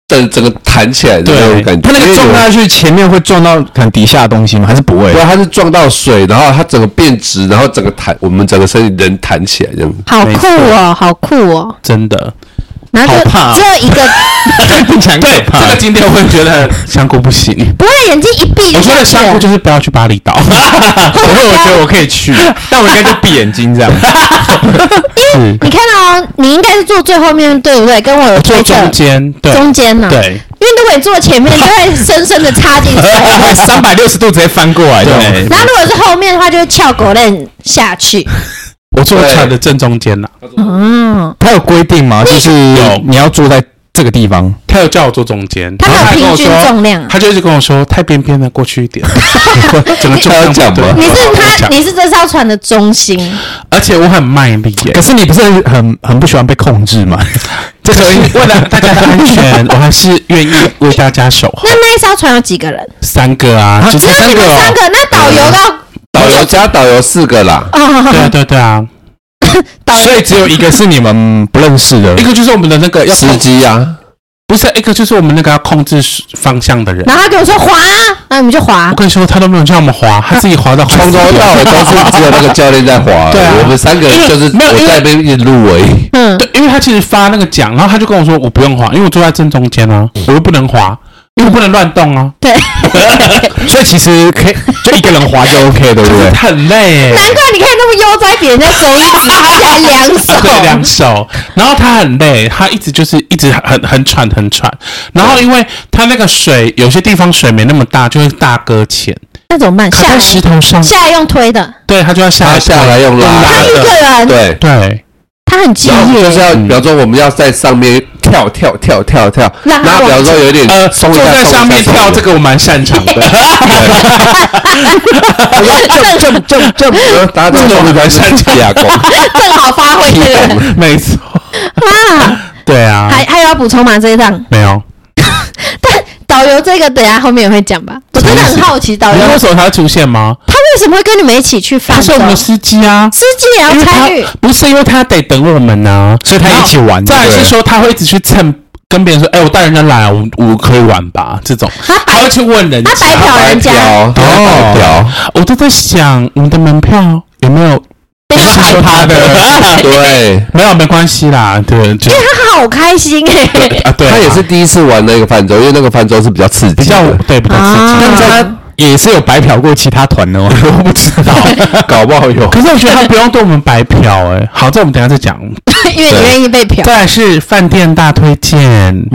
[SPEAKER 3] 整整个弹起来的那种感觉，
[SPEAKER 4] 他那个撞
[SPEAKER 3] 因为有
[SPEAKER 4] 下去，前面会撞到可能底下的东西吗？还是不会 *laughs*
[SPEAKER 3] 对，？它是撞到水，然后它整个变直，然后整个弹，我们整个身体人弹起来这样子。
[SPEAKER 2] 好酷哦，好酷哦，
[SPEAKER 1] 真的。
[SPEAKER 2] 然后
[SPEAKER 4] 好
[SPEAKER 2] 就
[SPEAKER 4] 怕哦
[SPEAKER 2] 只有一个， *laughs*
[SPEAKER 4] 听起来
[SPEAKER 1] 对，这个今天我会觉得香菇不行。
[SPEAKER 2] 不会眼睛一闭就
[SPEAKER 1] 我说的
[SPEAKER 2] 下去
[SPEAKER 1] 香
[SPEAKER 2] 了
[SPEAKER 1] 菇就是不要去巴厘
[SPEAKER 4] *laughs*
[SPEAKER 1] 岛，
[SPEAKER 4] 不会，我觉得我可以去，但我应该就闭眼睛
[SPEAKER 1] *laughs*
[SPEAKER 4] 这样。
[SPEAKER 1] 是
[SPEAKER 2] 你看哦，你应该是坐最后面对不对？跟我有
[SPEAKER 1] 坐
[SPEAKER 2] 推测
[SPEAKER 1] 中间，对
[SPEAKER 2] 中间呢、
[SPEAKER 1] 对，
[SPEAKER 2] 因为如果你坐前面，就会深深的插进去。
[SPEAKER 1] *laughs*
[SPEAKER 4] *laughs* 三百六十度直接翻过来，
[SPEAKER 1] 对
[SPEAKER 4] 对，
[SPEAKER 2] 然后如果是后面的话，就会翘狗链下去。
[SPEAKER 1] 我坐船的正中间了。
[SPEAKER 2] 嗯，
[SPEAKER 4] 他有规定吗？就是
[SPEAKER 1] 有
[SPEAKER 4] 你要坐在这个地方，
[SPEAKER 1] 他有叫我坐中间，
[SPEAKER 2] 他
[SPEAKER 1] 然后跟
[SPEAKER 2] 没有
[SPEAKER 1] 我
[SPEAKER 2] 平均
[SPEAKER 1] 说，
[SPEAKER 2] 重量。
[SPEAKER 1] 他就一直跟我说太边边了，过去一 *laughs* 点。整个重
[SPEAKER 3] 他有
[SPEAKER 1] 量
[SPEAKER 3] 讲
[SPEAKER 1] 不对
[SPEAKER 3] 吗
[SPEAKER 2] 你是
[SPEAKER 1] 我
[SPEAKER 2] 他，
[SPEAKER 1] 讲
[SPEAKER 2] 你是这艘船的中心，
[SPEAKER 1] 而且我很卖力耶
[SPEAKER 4] 可。是你不是很很不喜欢被控制 *laughs* 吗？
[SPEAKER 1] 这个为了大家的安全，我还是愿意为大家守候
[SPEAKER 2] 那。那一艘船有几个人？
[SPEAKER 1] 三个啊，就
[SPEAKER 2] 只
[SPEAKER 1] 是
[SPEAKER 2] 有你们三个，那导游要
[SPEAKER 3] 导游加导游四个啦，
[SPEAKER 1] 对啊，
[SPEAKER 2] 啊，
[SPEAKER 1] 对啊对啊，
[SPEAKER 2] *laughs* 导
[SPEAKER 4] 所
[SPEAKER 2] 游
[SPEAKER 4] 以只有一个是你们不认识的
[SPEAKER 1] 呃一，个就是我们的那个要
[SPEAKER 3] 司机啊，
[SPEAKER 1] 不是 X 就是我们那个要控制方向的人。
[SPEAKER 2] 然后他跟我说滑啊，那你们就滑
[SPEAKER 1] 我。跟你说，他都没有叫我们滑，他自己滑到 *laughs*
[SPEAKER 3] 从头到尾都是只有那个教练在滑， *laughs*
[SPEAKER 1] 对啊
[SPEAKER 3] 我们三个人就是
[SPEAKER 1] 因为没有
[SPEAKER 3] 我
[SPEAKER 1] 因为
[SPEAKER 3] 在那边一直录而已。
[SPEAKER 2] 嗯，
[SPEAKER 1] 对，因为他其实发那个奖，然后他就跟我说我不用滑，因为我坐在正中间啊，我又不能滑，因为我不能乱动啊，
[SPEAKER 2] 对，
[SPEAKER 4] 所以其实可以就一个人滑就 OK，对不
[SPEAKER 1] 可是
[SPEAKER 4] 对？
[SPEAKER 1] 很累、欸。
[SPEAKER 2] *laughs* 难怪你看那么悠哉，比人家手一指加两手。
[SPEAKER 1] 对，两手。然后他很累，他一直就是一直很很喘很喘。然后因为他那个水有些地方水没那么大，就会大搁浅，
[SPEAKER 2] 那怎么办？
[SPEAKER 1] 卡
[SPEAKER 2] 下
[SPEAKER 1] 在石
[SPEAKER 2] 来
[SPEAKER 1] 头上，
[SPEAKER 2] 下来用推的，
[SPEAKER 1] 对他就要下
[SPEAKER 3] 他
[SPEAKER 1] 来
[SPEAKER 3] 下来用拉
[SPEAKER 2] 他一
[SPEAKER 3] 的，
[SPEAKER 2] 个人，
[SPEAKER 3] 对，嗯
[SPEAKER 1] 对，
[SPEAKER 2] 他很敬
[SPEAKER 3] 然后就是
[SPEAKER 2] 业。
[SPEAKER 3] 要，比方说我们要在上面跳跳跳跳跳，
[SPEAKER 2] 让他
[SPEAKER 3] 然后比方说有点
[SPEAKER 1] 呃，
[SPEAKER 3] 松
[SPEAKER 1] 坐
[SPEAKER 3] 一下，
[SPEAKER 1] 在
[SPEAKER 3] 松一下
[SPEAKER 1] 上面
[SPEAKER 3] 松一下
[SPEAKER 1] 跳这个我蛮擅长 *laughs* 的，
[SPEAKER 3] 正正正，呃 *laughs* 大家 *laughs* 都说我们三七牙 *laughs* 工，
[SPEAKER 2] *laughs* 正好发挥这个
[SPEAKER 1] 没错，
[SPEAKER 2] 啊，
[SPEAKER 1] 对啊，
[SPEAKER 2] 还还有要补充吗？这一档
[SPEAKER 1] 没有。
[SPEAKER 2] 导游这个，等一下后面也会讲吧。我真的很好奇，导
[SPEAKER 1] 你
[SPEAKER 2] 游
[SPEAKER 1] 知道为什么他会出现吗？
[SPEAKER 2] 他为什么会跟你们一起去
[SPEAKER 1] 他
[SPEAKER 2] 放
[SPEAKER 1] 是
[SPEAKER 2] 松
[SPEAKER 1] 我？们的司机啊，
[SPEAKER 2] 司机
[SPEAKER 1] 因
[SPEAKER 2] 也要
[SPEAKER 1] 为他
[SPEAKER 2] 参与，
[SPEAKER 1] 不是因为他得等我们呢、
[SPEAKER 4] 所以他一起玩，
[SPEAKER 1] 再来
[SPEAKER 4] 对
[SPEAKER 1] 是
[SPEAKER 4] 不对
[SPEAKER 1] 说他会一直去蹭，跟别人说，哎、我带人家来，我我可以玩吧，这种，
[SPEAKER 2] 他
[SPEAKER 1] 他
[SPEAKER 2] 白
[SPEAKER 1] 会去问人家
[SPEAKER 2] 他。白嫖人家，
[SPEAKER 3] 跳
[SPEAKER 1] 哦
[SPEAKER 3] 跳，
[SPEAKER 1] 我都在想，我们的门票有没有
[SPEAKER 2] 被他
[SPEAKER 1] 是
[SPEAKER 2] 白
[SPEAKER 1] 说他的？
[SPEAKER 2] *laughs*
[SPEAKER 3] *laughs* 对，
[SPEAKER 1] 没有，没关系啦，对，就
[SPEAKER 2] 他好开心哎、
[SPEAKER 1] 啊，对啊，
[SPEAKER 3] 他也是第一次玩那个泛舟，因为那个泛舟是比较刺激的，
[SPEAKER 1] 比较对，比较刺激。
[SPEAKER 4] 但他 *laughs* 也是有白嫖过其他团的哦， *laughs* 我不知道，
[SPEAKER 3] 搞不好有
[SPEAKER 1] 可是我觉得他不用对我们白嫖哎、好，这我们等一下再讲。
[SPEAKER 2] *laughs* 因为你愿意被嫖。
[SPEAKER 1] 再来是饭店大推荐，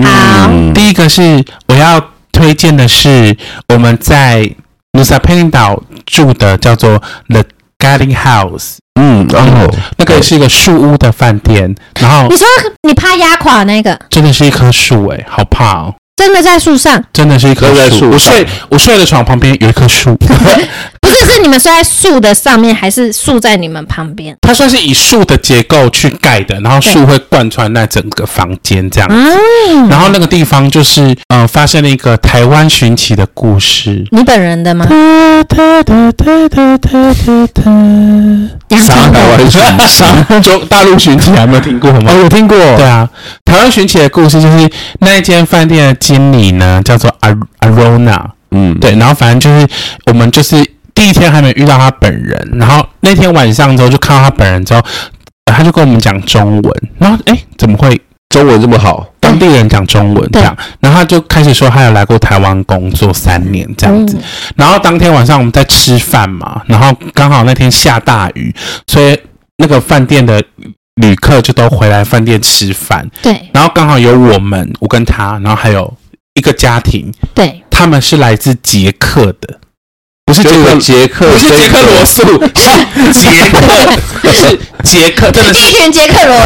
[SPEAKER 3] 啊
[SPEAKER 2] 好，
[SPEAKER 3] 哦嗯
[SPEAKER 1] 第一个是我要推荐的是我们在努萨佩林岛住的叫做 The Garden House，
[SPEAKER 3] 嗯，然后
[SPEAKER 1] 那个是一个树屋的饭店，然后
[SPEAKER 2] 你说你怕压垮那个，
[SPEAKER 1] 真的是一棵树哎、好怕哦。
[SPEAKER 2] 真的在树上，
[SPEAKER 1] 真的是一棵
[SPEAKER 3] 都在
[SPEAKER 1] 树，
[SPEAKER 3] 树
[SPEAKER 1] 我
[SPEAKER 3] 上
[SPEAKER 1] 睡我睡的床旁边有一棵树， *laughs*
[SPEAKER 2] 不是是你们睡在树的上面，还是树在你们旁边？
[SPEAKER 1] 它算是以树的结构去盖的，然后树会贯穿那整个房间这样。
[SPEAKER 2] 嗯，
[SPEAKER 1] 然后那个地方就是，呃，发生了一个台湾寻奇的故事。
[SPEAKER 2] 你本人的吗？杨
[SPEAKER 3] 啥
[SPEAKER 2] 丞
[SPEAKER 3] 台
[SPEAKER 2] 琳，
[SPEAKER 3] 湾选
[SPEAKER 1] 啥？中大陆寻 *laughs* 奇还没有听过吗？
[SPEAKER 4] 哦，我听过，
[SPEAKER 1] 对啊，台湾寻奇的故事就是那一间饭店的经理呢，叫做阿阿 Rona，
[SPEAKER 3] 嗯，
[SPEAKER 1] 对，然后反正就是我们就是第一天还没遇到他本人，然后那天晚上之后就看到他本人之后，呃他就跟我们讲中文，然后诶，怎么会
[SPEAKER 3] 中文这么好，
[SPEAKER 1] 当地人讲中文这样？然后他就开始说他有来过台湾工作三年这样子，
[SPEAKER 2] 嗯
[SPEAKER 1] 然后当天晚上我们在吃饭嘛，然后刚好那天下大雨，所以那个饭店的旅客就都回来饭店吃饭，
[SPEAKER 2] 对
[SPEAKER 1] 然后刚好有我们，我跟他，然后还有一个家庭，
[SPEAKER 2] 对，
[SPEAKER 1] 他们是来自捷克的。
[SPEAKER 3] 不是
[SPEAKER 1] 捷克
[SPEAKER 3] 捷克，
[SPEAKER 1] 不是捷克罗素， *laughs* 是捷克， *laughs* 是捷克，真的 *laughs*
[SPEAKER 2] 一
[SPEAKER 1] 是
[SPEAKER 2] 群杰克罗，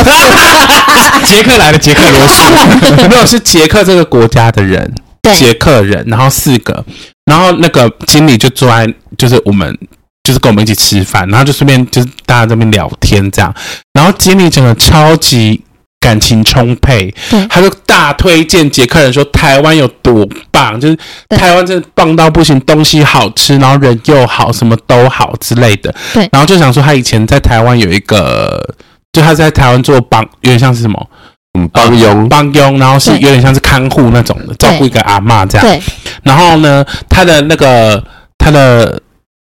[SPEAKER 1] 捷克来的捷克罗 *laughs* 素，没有是捷克这个国家的人，
[SPEAKER 2] 对
[SPEAKER 1] 捷克人，然后四个，然后那个经理就坐在，就是我们。就是跟我们一起吃饭，然后就顺便就是大家这边聊天这样，然后经理整个超级感情充沛
[SPEAKER 2] 对，
[SPEAKER 1] 他就大推荐捷克人说台湾有多棒，就是
[SPEAKER 2] 对
[SPEAKER 1] 台湾真的棒到不行，东西好吃，然后人又好，什么都好之类的。
[SPEAKER 2] 对
[SPEAKER 1] 然后就想说他以前在台湾有一个，就他在台湾做帮，有点像是什么
[SPEAKER 3] 嗯，帮佣，
[SPEAKER 1] 帮佣，然后是
[SPEAKER 2] 对
[SPEAKER 1] 有点像是看护那种的，照顾一个阿嬷这样。
[SPEAKER 2] 对
[SPEAKER 1] 然后呢，他的那个他的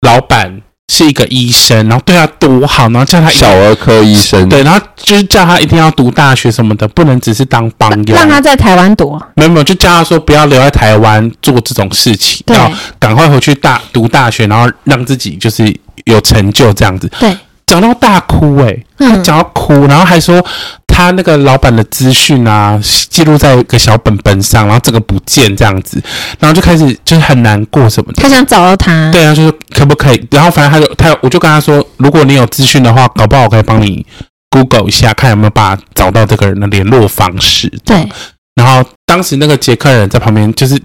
[SPEAKER 1] 老板是一个医生，然后对他多好，然后叫他一定
[SPEAKER 3] 小儿科医生，
[SPEAKER 1] 对，然后就是叫他一定要读大学什么的，不能只是当帮佣。
[SPEAKER 2] 让他在台湾躲，
[SPEAKER 1] 没有没有，就叫他说不要留在台湾做这种事情，
[SPEAKER 2] 对
[SPEAKER 1] 要赶快回去大读大学，然后让自己就是有成就这样子。
[SPEAKER 2] 对，
[SPEAKER 1] 讲到大哭欸诶、
[SPEAKER 2] 嗯，
[SPEAKER 1] 讲到哭，然后还说他那个老板的资讯啊，记录在一个小本本上，然后这个不见这样子，然后就开始就是很难过什么的。
[SPEAKER 2] 他想嗯找到他，
[SPEAKER 1] 对啊，就是可不可以？然后反正他就他，我就跟他说，如果你有资讯的话，搞不好我可以帮你 Google 一下，看有没有办法找到这个人的联络方式。
[SPEAKER 2] 对，
[SPEAKER 1] 然后当时那个捷克人在旁边，就是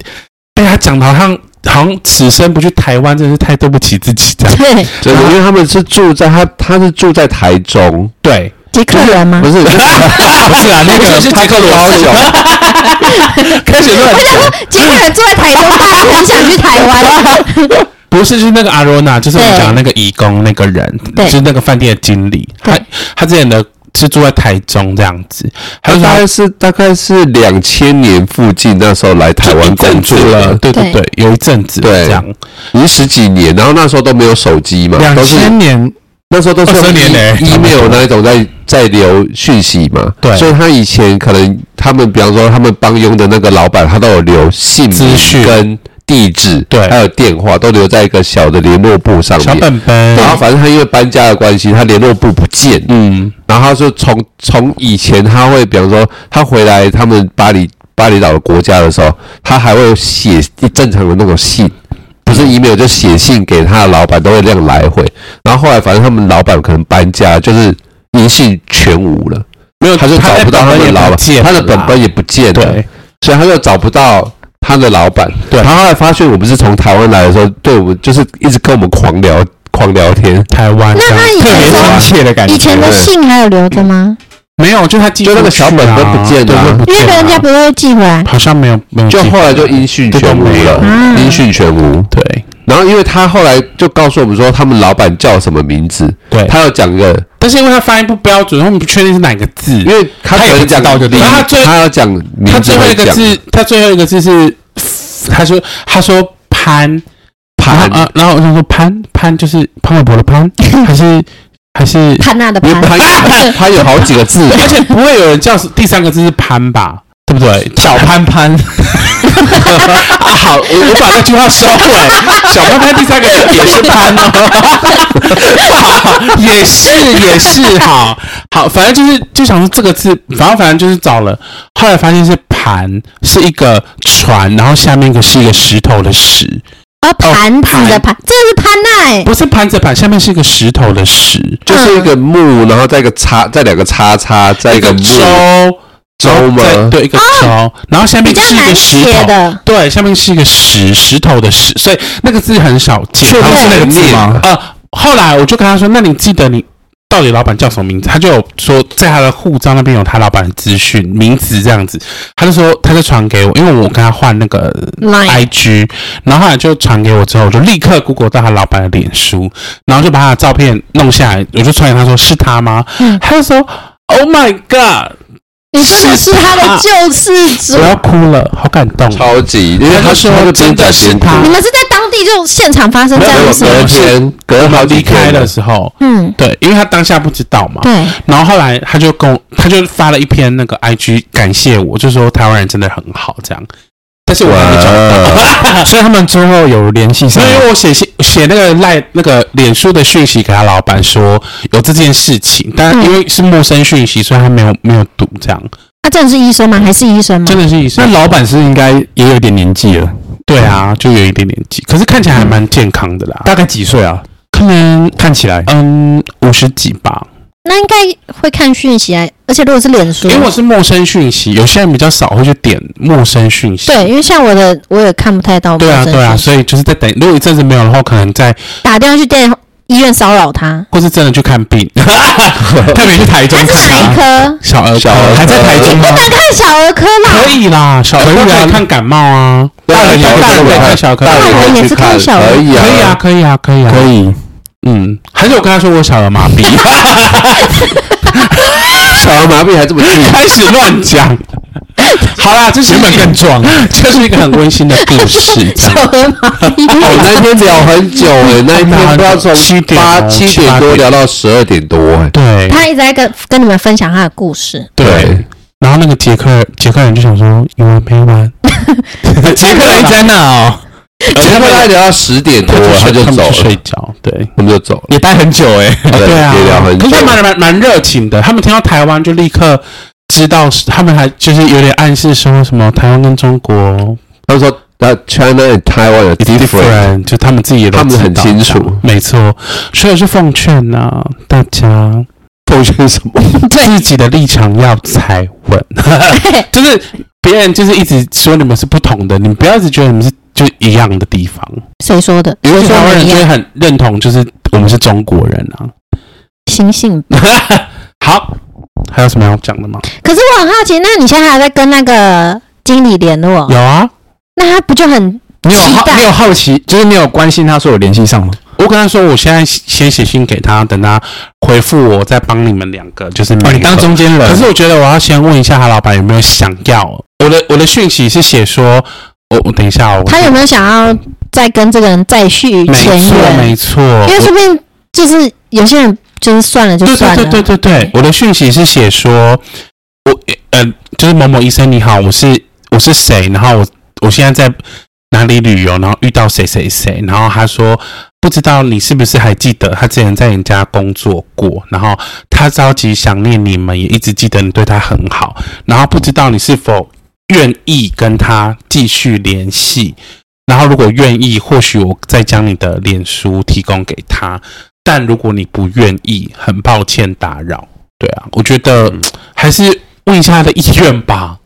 [SPEAKER 1] 被他讲的好像好像此生不去台湾，真的是太对不起自己这样。
[SPEAKER 2] 对，
[SPEAKER 3] 真的，因为他们是住在他，他是住在台中，
[SPEAKER 1] 对，
[SPEAKER 2] 杰克人吗
[SPEAKER 3] 不？ *laughs* 是，就是
[SPEAKER 1] 不是
[SPEAKER 2] *laughs*
[SPEAKER 1] 啊，那个人是捷克罗
[SPEAKER 3] 高
[SPEAKER 1] 斯，
[SPEAKER 3] 雄，
[SPEAKER 1] 开始乱
[SPEAKER 2] 我想
[SPEAKER 1] 讲，
[SPEAKER 2] 说，杰克人住在台中，但是很想去台湾，
[SPEAKER 1] 不是，就是那个阿罗娜，就是我们
[SPEAKER 2] 对
[SPEAKER 1] 讲的那个义工那个人，
[SPEAKER 2] 对
[SPEAKER 1] 就是那个饭店的经理，他
[SPEAKER 2] 对
[SPEAKER 1] 他之前的是住在台中这样子，还有
[SPEAKER 3] 大
[SPEAKER 1] 大
[SPEAKER 3] 概
[SPEAKER 1] 家
[SPEAKER 3] 是大概是两千年附近那时候来台湾工作
[SPEAKER 1] 了，
[SPEAKER 3] 的，
[SPEAKER 1] 对对对，有一阵子
[SPEAKER 3] 对
[SPEAKER 1] 这样，
[SPEAKER 3] 已经十几年，然后那时候都没有手机嘛，
[SPEAKER 4] 两
[SPEAKER 3] 都是
[SPEAKER 4] 千年
[SPEAKER 3] 那时候都是用 e-，
[SPEAKER 1] 20年嘞
[SPEAKER 3] email 那一种在在留讯息嘛，
[SPEAKER 1] 对
[SPEAKER 3] 所以他以前可能他们比方说他们帮佣的那个老板，他都有留姓名
[SPEAKER 1] 资讯
[SPEAKER 3] 跟地址，
[SPEAKER 1] 对
[SPEAKER 3] 还有电话都留在一个小的联络簿上
[SPEAKER 1] 小
[SPEAKER 3] 面。
[SPEAKER 1] 本本，
[SPEAKER 3] 然后反正他因为搬家的关系，他联络簿不见，
[SPEAKER 1] 嗯，
[SPEAKER 3] 然后他就从从以前他会，比方说他回来他们巴黎巴厘岛的国家的时候，他还会写一正常的那种信，不是 email 就写信给他的老板，都会这样来回。然后后来反正他们老板可能搬家，就是音信全无了，
[SPEAKER 1] 没有，
[SPEAKER 3] 他就找
[SPEAKER 1] 的
[SPEAKER 3] 不到他
[SPEAKER 1] 本本
[SPEAKER 3] 的
[SPEAKER 1] 也
[SPEAKER 3] 老
[SPEAKER 1] 不
[SPEAKER 3] 板
[SPEAKER 1] 见，
[SPEAKER 3] 他的
[SPEAKER 1] 了
[SPEAKER 3] 本
[SPEAKER 1] 啦
[SPEAKER 3] 本也不见了，
[SPEAKER 1] 对，
[SPEAKER 3] 所以他就找不到。他的老板，
[SPEAKER 1] 对
[SPEAKER 3] 然后后来发现我们是从台湾来的时候，对我们就是一直跟我们狂聊狂聊天，
[SPEAKER 1] 台湾
[SPEAKER 2] 那
[SPEAKER 1] 这样
[SPEAKER 2] 他以
[SPEAKER 4] 特
[SPEAKER 2] 前
[SPEAKER 4] 别亲
[SPEAKER 2] 的
[SPEAKER 4] 切的感觉。
[SPEAKER 2] 以前的信还有留着吗？
[SPEAKER 1] 没有，就他寄
[SPEAKER 3] 就那个
[SPEAKER 1] 出去
[SPEAKER 3] 小本
[SPEAKER 1] 啊
[SPEAKER 3] 本不见
[SPEAKER 1] 对
[SPEAKER 3] 了啊
[SPEAKER 1] 会不
[SPEAKER 2] 因为
[SPEAKER 1] 见
[SPEAKER 2] 人
[SPEAKER 1] 啊
[SPEAKER 2] 家不会寄回来。
[SPEAKER 1] 好像没有，没有
[SPEAKER 3] 就
[SPEAKER 1] 寄
[SPEAKER 3] 后来就音讯全无
[SPEAKER 1] 这都
[SPEAKER 2] 嗯
[SPEAKER 3] 了，音讯全无。
[SPEAKER 1] 对
[SPEAKER 3] 然后因为他后来就告诉我们说，他们老板叫什么名字，
[SPEAKER 1] 对，
[SPEAKER 3] 他要讲一个，
[SPEAKER 1] 但是因为他发音不标准，他们不确定是哪个字
[SPEAKER 3] 因，为他可能讲
[SPEAKER 1] 他也不知道就对了
[SPEAKER 3] 名
[SPEAKER 1] 他最
[SPEAKER 3] 他要讲
[SPEAKER 1] 他
[SPEAKER 3] 名字
[SPEAKER 1] 最后一
[SPEAKER 3] 会
[SPEAKER 1] 个
[SPEAKER 3] 讲
[SPEAKER 1] 字，他最后一个字是，他说他说潘
[SPEAKER 3] 盘
[SPEAKER 1] 然后，呃然后我想说潘潘就是潘玮柏的潘，还是还是，
[SPEAKER 2] 潘娜的
[SPEAKER 3] 因为
[SPEAKER 2] 潘，
[SPEAKER 3] 他有
[SPEAKER 1] *laughs*
[SPEAKER 2] *laughs*
[SPEAKER 3] 他有好几个字，
[SPEAKER 1] 而且不会有人叫第三个字是潘吧？对不对？
[SPEAKER 4] 小哦潘潘，
[SPEAKER 3] 啊好，我我把那句话收回，
[SPEAKER 1] 小潘潘第三个字也是潘 *laughs* 哦，也是也是好好，反正就是就想说这个字，反正反正就是找了，后来发现是盘，是一个船，然后下面一个是一个石头的石，
[SPEAKER 2] 啊盘子的盘，这是潘娜哎，
[SPEAKER 1] 不是盘子盘，下面是一个石头的石，
[SPEAKER 3] 就是一个木，然后再一个叉，再两个叉叉，再一个木
[SPEAKER 1] 舟
[SPEAKER 3] 舟吗
[SPEAKER 1] 然后再对，一个舟，然后下
[SPEAKER 2] 哦比
[SPEAKER 1] 面
[SPEAKER 2] 较
[SPEAKER 1] 是一
[SPEAKER 2] 难
[SPEAKER 1] 个石
[SPEAKER 2] 写
[SPEAKER 1] 头。
[SPEAKER 2] 的。
[SPEAKER 1] 对，下面是一个石石头的石，所以那个字很少见。
[SPEAKER 4] 确定
[SPEAKER 1] 然后
[SPEAKER 4] 是那个字吗？
[SPEAKER 1] 呃，后来我就跟他说：“那你记得你到底老板叫什么名字？”他就有说，在他的护照那边有他老板的资讯、名字这样子。他就说，他就传给我，因为我跟他换那个
[SPEAKER 2] Line
[SPEAKER 1] IG，然后后来就传给我之后，我就立刻 Google 到他老板的脸书，然后就把他的照片弄下来，我就传给他说：“是他吗？”
[SPEAKER 2] 嗯
[SPEAKER 1] 他就说：“Oh my god！”
[SPEAKER 2] 你真的是他的救世主
[SPEAKER 1] 我，要哭了，好感动。
[SPEAKER 3] 超级，因为他
[SPEAKER 1] 他就说
[SPEAKER 3] 他就边
[SPEAKER 1] 真的
[SPEAKER 3] 讲
[SPEAKER 1] 是啊
[SPEAKER 3] 边哭
[SPEAKER 1] 他
[SPEAKER 2] 你们是在当地就现场发生这
[SPEAKER 3] 没
[SPEAKER 2] 样
[SPEAKER 3] 有
[SPEAKER 2] 的事？
[SPEAKER 3] 隔天隔了好几
[SPEAKER 1] 离开
[SPEAKER 3] 天
[SPEAKER 1] 的，时候，
[SPEAKER 2] 嗯，
[SPEAKER 1] 对，因为他当下不知道嘛。
[SPEAKER 2] 对，
[SPEAKER 1] 然后后来他就跟我，他就发了一篇那个 IG 感谢我，就说台湾人真的很好这样。但是我还没找到，
[SPEAKER 4] *laughs* 所以他们之后有联系
[SPEAKER 1] 所
[SPEAKER 4] 上
[SPEAKER 1] 以
[SPEAKER 4] 吗。
[SPEAKER 1] 因为我写信写那个赖那个脸书的讯息给他老板说有这件事情，但
[SPEAKER 2] 嗯
[SPEAKER 1] 因为是陌生讯息，所以他没有没有读这样，
[SPEAKER 2] 他真的啊是医生吗？还是医生吗？
[SPEAKER 1] 真的是一
[SPEAKER 4] 那
[SPEAKER 1] 生
[SPEAKER 4] 老板是应该也有点年纪了，
[SPEAKER 1] 对啊，就有一点年纪，可是看起来还蛮健康的啦，
[SPEAKER 4] 大概几岁啊？
[SPEAKER 1] 可能
[SPEAKER 4] 看起来
[SPEAKER 1] 嗯五十几吧，
[SPEAKER 2] 那应该会看讯息啊，而且如果是脸书，
[SPEAKER 1] 因为我是陌生讯息，有些人比较少会去点陌生讯息。
[SPEAKER 2] 对，因为像我的我也看不太到陌
[SPEAKER 1] 对啊，
[SPEAKER 2] 生讯息，
[SPEAKER 1] 对啊，所以就是在等，如果一阵子没有的话，可能在
[SPEAKER 2] 打电话去电医院骚扰他，
[SPEAKER 1] 或是真的去看病， *laughs*
[SPEAKER 4] 特别是台中
[SPEAKER 2] 他是哪一 *laughs*
[SPEAKER 4] 看啊，
[SPEAKER 2] 科？
[SPEAKER 1] 小儿科
[SPEAKER 3] 小儿科
[SPEAKER 4] 还在台中吗？
[SPEAKER 2] 不能看小儿科啦
[SPEAKER 1] 嗯 *laughs* 可，以啦，小儿科
[SPEAKER 4] 可以啊
[SPEAKER 1] 可以看感冒啊，
[SPEAKER 3] 大人
[SPEAKER 1] 大人
[SPEAKER 3] 也
[SPEAKER 1] 也看小儿科
[SPEAKER 3] 大
[SPEAKER 2] 大人
[SPEAKER 3] 人
[SPEAKER 2] 也
[SPEAKER 3] 也
[SPEAKER 2] 是
[SPEAKER 3] 去
[SPEAKER 2] 看
[SPEAKER 3] 看，
[SPEAKER 2] 小儿
[SPEAKER 3] 可以啊，
[SPEAKER 1] 可以啊，，可以啊，可以啊，
[SPEAKER 4] 可以，
[SPEAKER 1] 嗯，还是我跟他说我小儿麻痹，
[SPEAKER 3] 小儿麻痹还这
[SPEAKER 1] *laughs*
[SPEAKER 3] 么近。
[SPEAKER 1] 开始乱讲。 *laughs* 好啦，这是
[SPEAKER 4] 原本更壮。
[SPEAKER 1] *laughs* 这是一个很温馨的故 *laughs* 事，
[SPEAKER 2] 小儿麻
[SPEAKER 3] 我
[SPEAKER 2] 痹。
[SPEAKER 3] 哦那天聊很久诶、那一天不知道从
[SPEAKER 1] 七点
[SPEAKER 3] 八
[SPEAKER 1] 哦
[SPEAKER 3] 七点多聊到十二点多哎诶、
[SPEAKER 1] 对
[SPEAKER 2] 他一直在跟跟你们分享他的故事，
[SPEAKER 1] 对。然后那个捷克捷克人就想说有完没 *laughs* 完，
[SPEAKER 4] 杰克人在那哦，
[SPEAKER 3] 结果大概聊到十点多
[SPEAKER 1] *laughs* 他
[SPEAKER 3] 他
[SPEAKER 1] 就
[SPEAKER 3] 就
[SPEAKER 1] 他们
[SPEAKER 3] 走
[SPEAKER 1] 就睡
[SPEAKER 3] 了，
[SPEAKER 1] 觉，对。
[SPEAKER 3] 他们就走了。
[SPEAKER 4] 也待很久哎。
[SPEAKER 1] 对啊
[SPEAKER 3] 也聊，很
[SPEAKER 1] 可
[SPEAKER 3] 久
[SPEAKER 1] 是。他蛮蛮蛮热情的，他们听到台湾就立刻知道是，他们还就是有点暗示说什么台湾跟中国
[SPEAKER 3] 他们说，那 China and Taiwan are different。
[SPEAKER 1] different，就他们自己也都
[SPEAKER 3] 他们很
[SPEAKER 1] 知道
[SPEAKER 3] 清楚
[SPEAKER 1] 这样没错。所以我是奉劝呐、大家
[SPEAKER 3] 奉劝什么？
[SPEAKER 1] *laughs* 自己的立场要踩稳， *laughs* 就是别人就是一直说你们是不同的，你们不要一直觉得你们是就一样的地方。
[SPEAKER 2] 谁说的？
[SPEAKER 1] 因为台湾人就会很认同，就是我们是中国人啊。
[SPEAKER 2] 星星。
[SPEAKER 1] *laughs* 好，还有什么要讲的吗？
[SPEAKER 2] 可是我很好奇，那你现在还在跟那个经理联络？
[SPEAKER 1] 有啊，
[SPEAKER 2] 那他不就很
[SPEAKER 4] 你有
[SPEAKER 2] 期
[SPEAKER 4] 好
[SPEAKER 2] 待
[SPEAKER 4] 你有好奇，就是你有关心他说有联系上吗？
[SPEAKER 1] 我跟他说，我现在先写信给他，等他回复我，再帮你们两个就是
[SPEAKER 4] 哦，
[SPEAKER 1] 媒
[SPEAKER 4] 你
[SPEAKER 1] 合
[SPEAKER 4] 当中间人，
[SPEAKER 1] 可是我觉得我要先问一下他老板有没有想要我的我的讯息是写说，我我等一下哦，我
[SPEAKER 2] 他有没有想要再跟这个人再续
[SPEAKER 1] 没
[SPEAKER 2] 前
[SPEAKER 1] 错
[SPEAKER 2] 缘？
[SPEAKER 1] 没错，
[SPEAKER 2] 因为说不定就是有些人就是算了就
[SPEAKER 1] 对
[SPEAKER 2] 算
[SPEAKER 1] 对
[SPEAKER 2] 了，
[SPEAKER 1] 对对对对，我的讯息是写说，我呃就是某某医生你好，我是我是谁，然后我我现在在哪里旅游，然后遇到谁谁谁，然后他说不知道你是不是还记得他之前在你家工作过，然后他着急想念你们，也一直记得你对他很好，然后不知道你是否愿意跟他继续联系。然后，如果愿意，或许我再将你的脸书提供给他。但如果你不愿意，很抱歉打扰。对啊，我觉得、
[SPEAKER 4] 嗯
[SPEAKER 1] 还是问一下他的意愿吧。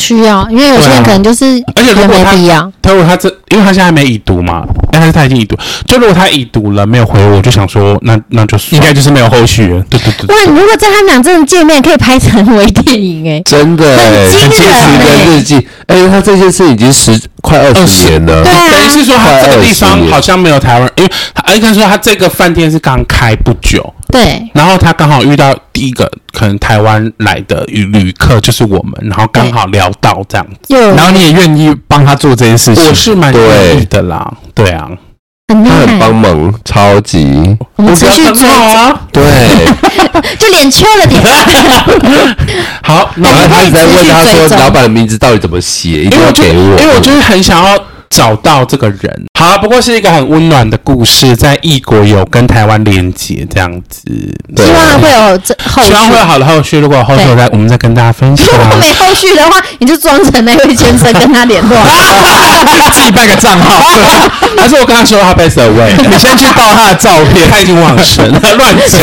[SPEAKER 2] 需要，因为有些人可能就是
[SPEAKER 1] 啊而且
[SPEAKER 2] 觉
[SPEAKER 1] 如
[SPEAKER 2] 得
[SPEAKER 1] 果
[SPEAKER 2] 没
[SPEAKER 1] 他
[SPEAKER 2] 必要。
[SPEAKER 1] 他如果他这，因为他现在还没已读嘛，但是他已经已读。就如果他已读了，没有回我，我就想说，那那就算
[SPEAKER 4] 应该就是没有后续了。
[SPEAKER 1] 对对对
[SPEAKER 2] 哇，
[SPEAKER 1] 对，
[SPEAKER 2] 你如果在他们俩真的见面，可以拍成微电影哎、
[SPEAKER 3] 真的、欸，
[SPEAKER 1] 啊
[SPEAKER 2] 很惊人
[SPEAKER 3] 很
[SPEAKER 2] 欸
[SPEAKER 3] 的日记。哎、他这件事已经十快二十年了，
[SPEAKER 2] 对啊
[SPEAKER 1] 等于是说他这个地
[SPEAKER 3] 快二十
[SPEAKER 1] 方
[SPEAKER 3] 年
[SPEAKER 1] 好像没有台湾，因为他应该说他这个饭店是刚开不久，
[SPEAKER 2] 对，
[SPEAKER 1] 然后他刚好遇到第一个可能台湾来的旅旅客就是我们，然后刚好聊到这样子，
[SPEAKER 2] 又有
[SPEAKER 4] 然后你也愿意帮他做这件事情，
[SPEAKER 1] 我是蛮愿意的啦，对啊，
[SPEAKER 2] 很厉
[SPEAKER 3] 他很帮
[SPEAKER 2] 害，
[SPEAKER 3] 忙，超级
[SPEAKER 2] 我们
[SPEAKER 1] 我
[SPEAKER 2] 持续
[SPEAKER 1] 觉得
[SPEAKER 2] 追
[SPEAKER 1] 很，好啊。
[SPEAKER 3] 对。
[SPEAKER 2] 就脸缺
[SPEAKER 1] *laughs*
[SPEAKER 2] 了点。
[SPEAKER 1] 好， *laughs* 那
[SPEAKER 3] 然后他一直在问他
[SPEAKER 2] 我们可以继续
[SPEAKER 3] 说：“
[SPEAKER 2] 追踪
[SPEAKER 3] 老板的名字到底怎么写？一定
[SPEAKER 1] 因为
[SPEAKER 3] 要
[SPEAKER 1] 我就
[SPEAKER 3] 给我。”
[SPEAKER 1] 因为我就是很想要找到这个人。好啊，不过是一个很温暖的故事，在异国有跟台湾连接这样子，
[SPEAKER 3] 对
[SPEAKER 2] 希望会有这后续
[SPEAKER 1] 希。望会有好的后续。如果有后续
[SPEAKER 2] 对
[SPEAKER 1] 我再我们再跟大家 *laughs* 分享
[SPEAKER 2] 如。果没后续的话，你就装成那位先生跟他
[SPEAKER 1] *laughs*
[SPEAKER 2] 联络。
[SPEAKER 4] 自己办个账号，
[SPEAKER 1] 但是我跟他说他 best away，
[SPEAKER 4] 你先去盗他的照
[SPEAKER 1] *laughs*
[SPEAKER 4] 片，
[SPEAKER 1] 他已经忘神了，乱 *laughs* 讲，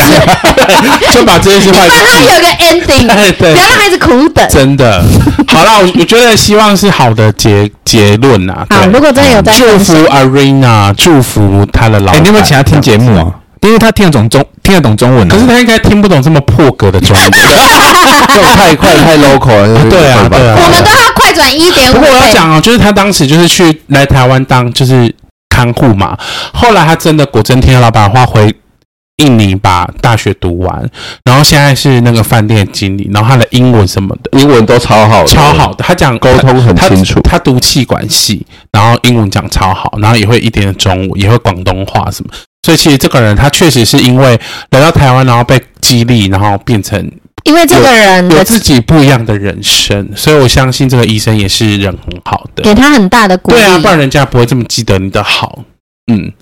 [SPEAKER 1] 就把这件事
[SPEAKER 2] 你
[SPEAKER 1] 话
[SPEAKER 2] 帮他有个 ending，
[SPEAKER 1] 对对
[SPEAKER 2] 不要让孩子苦等。
[SPEAKER 1] 真
[SPEAKER 2] *laughs*
[SPEAKER 1] 的。好啦，我我觉得希望是好的结结论啊。
[SPEAKER 2] 好，
[SPEAKER 1] 对
[SPEAKER 2] 如果真的有在
[SPEAKER 1] 祝福 Arena，祝福他的老
[SPEAKER 4] 哎、
[SPEAKER 1] 板。
[SPEAKER 4] 你有没有请他听节目啊？因为他听得懂中，听得懂中文、啊。
[SPEAKER 1] 可是他应该听不懂这么破格的
[SPEAKER 2] *laughs*
[SPEAKER 1] 中文。
[SPEAKER 3] 这种太快
[SPEAKER 1] *laughs*
[SPEAKER 3] 太 local 了，
[SPEAKER 1] 对啊对啊
[SPEAKER 2] 我们都要快转一点
[SPEAKER 1] 不
[SPEAKER 2] 五
[SPEAKER 1] 过我要
[SPEAKER 2] 倍。
[SPEAKER 1] 讲哦，就是他当时就是去来台湾当就是看护嘛，后来他真的果真听了老板的话回印尼把大学读完，然后现在是那个饭店经理，然后他的英文什么的
[SPEAKER 3] 英文都超好，
[SPEAKER 1] 超好，的，他讲
[SPEAKER 3] 沟通很
[SPEAKER 1] 他
[SPEAKER 3] 清楚。
[SPEAKER 1] 他读气管系，然后英文讲超好，然后也会一点点中文，也会广东话什么。所以其实这个人他确实是因为来到台湾，然后被激励，然后变成
[SPEAKER 2] 因为这个人
[SPEAKER 1] 有
[SPEAKER 2] 的
[SPEAKER 1] 自己不一样的人生。所以我相信这个医生也是人很好的，
[SPEAKER 2] 给他很大的鼓励
[SPEAKER 1] 对。啊，不然人家不会这么记得你的好。嗯，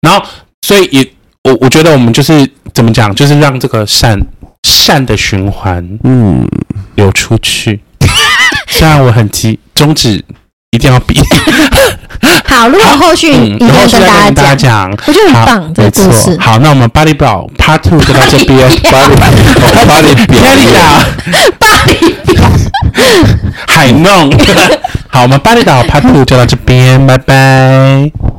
[SPEAKER 1] 然后所以也我我觉得我们就是怎么讲，就是让这个善善的循环
[SPEAKER 3] 嗯，
[SPEAKER 1] 流出去。虽然我很急，中指一定要比，
[SPEAKER 2] 好，如果后续
[SPEAKER 1] 嗯
[SPEAKER 2] 一，定
[SPEAKER 1] 然后
[SPEAKER 2] 要
[SPEAKER 1] 现
[SPEAKER 2] 跟
[SPEAKER 1] 在再
[SPEAKER 2] 大
[SPEAKER 1] 跟大
[SPEAKER 2] 家
[SPEAKER 1] 家
[SPEAKER 2] 讲，
[SPEAKER 1] 讲。
[SPEAKER 2] 我觉得很
[SPEAKER 1] 好
[SPEAKER 2] 棒，，这
[SPEAKER 1] 没
[SPEAKER 2] 个
[SPEAKER 1] 错
[SPEAKER 2] 故事。。
[SPEAKER 1] 好，那我们 Body Bro Part Two 就到这 *laughs* 边。
[SPEAKER 3] 巴黎，哦 *laughs* 巴
[SPEAKER 1] *laughs*
[SPEAKER 3] 黎表，
[SPEAKER 1] 巴厘岛，
[SPEAKER 2] *laughs*
[SPEAKER 1] 海弄。好，我们巴厘岛 Part Two 就到这边，拜拜。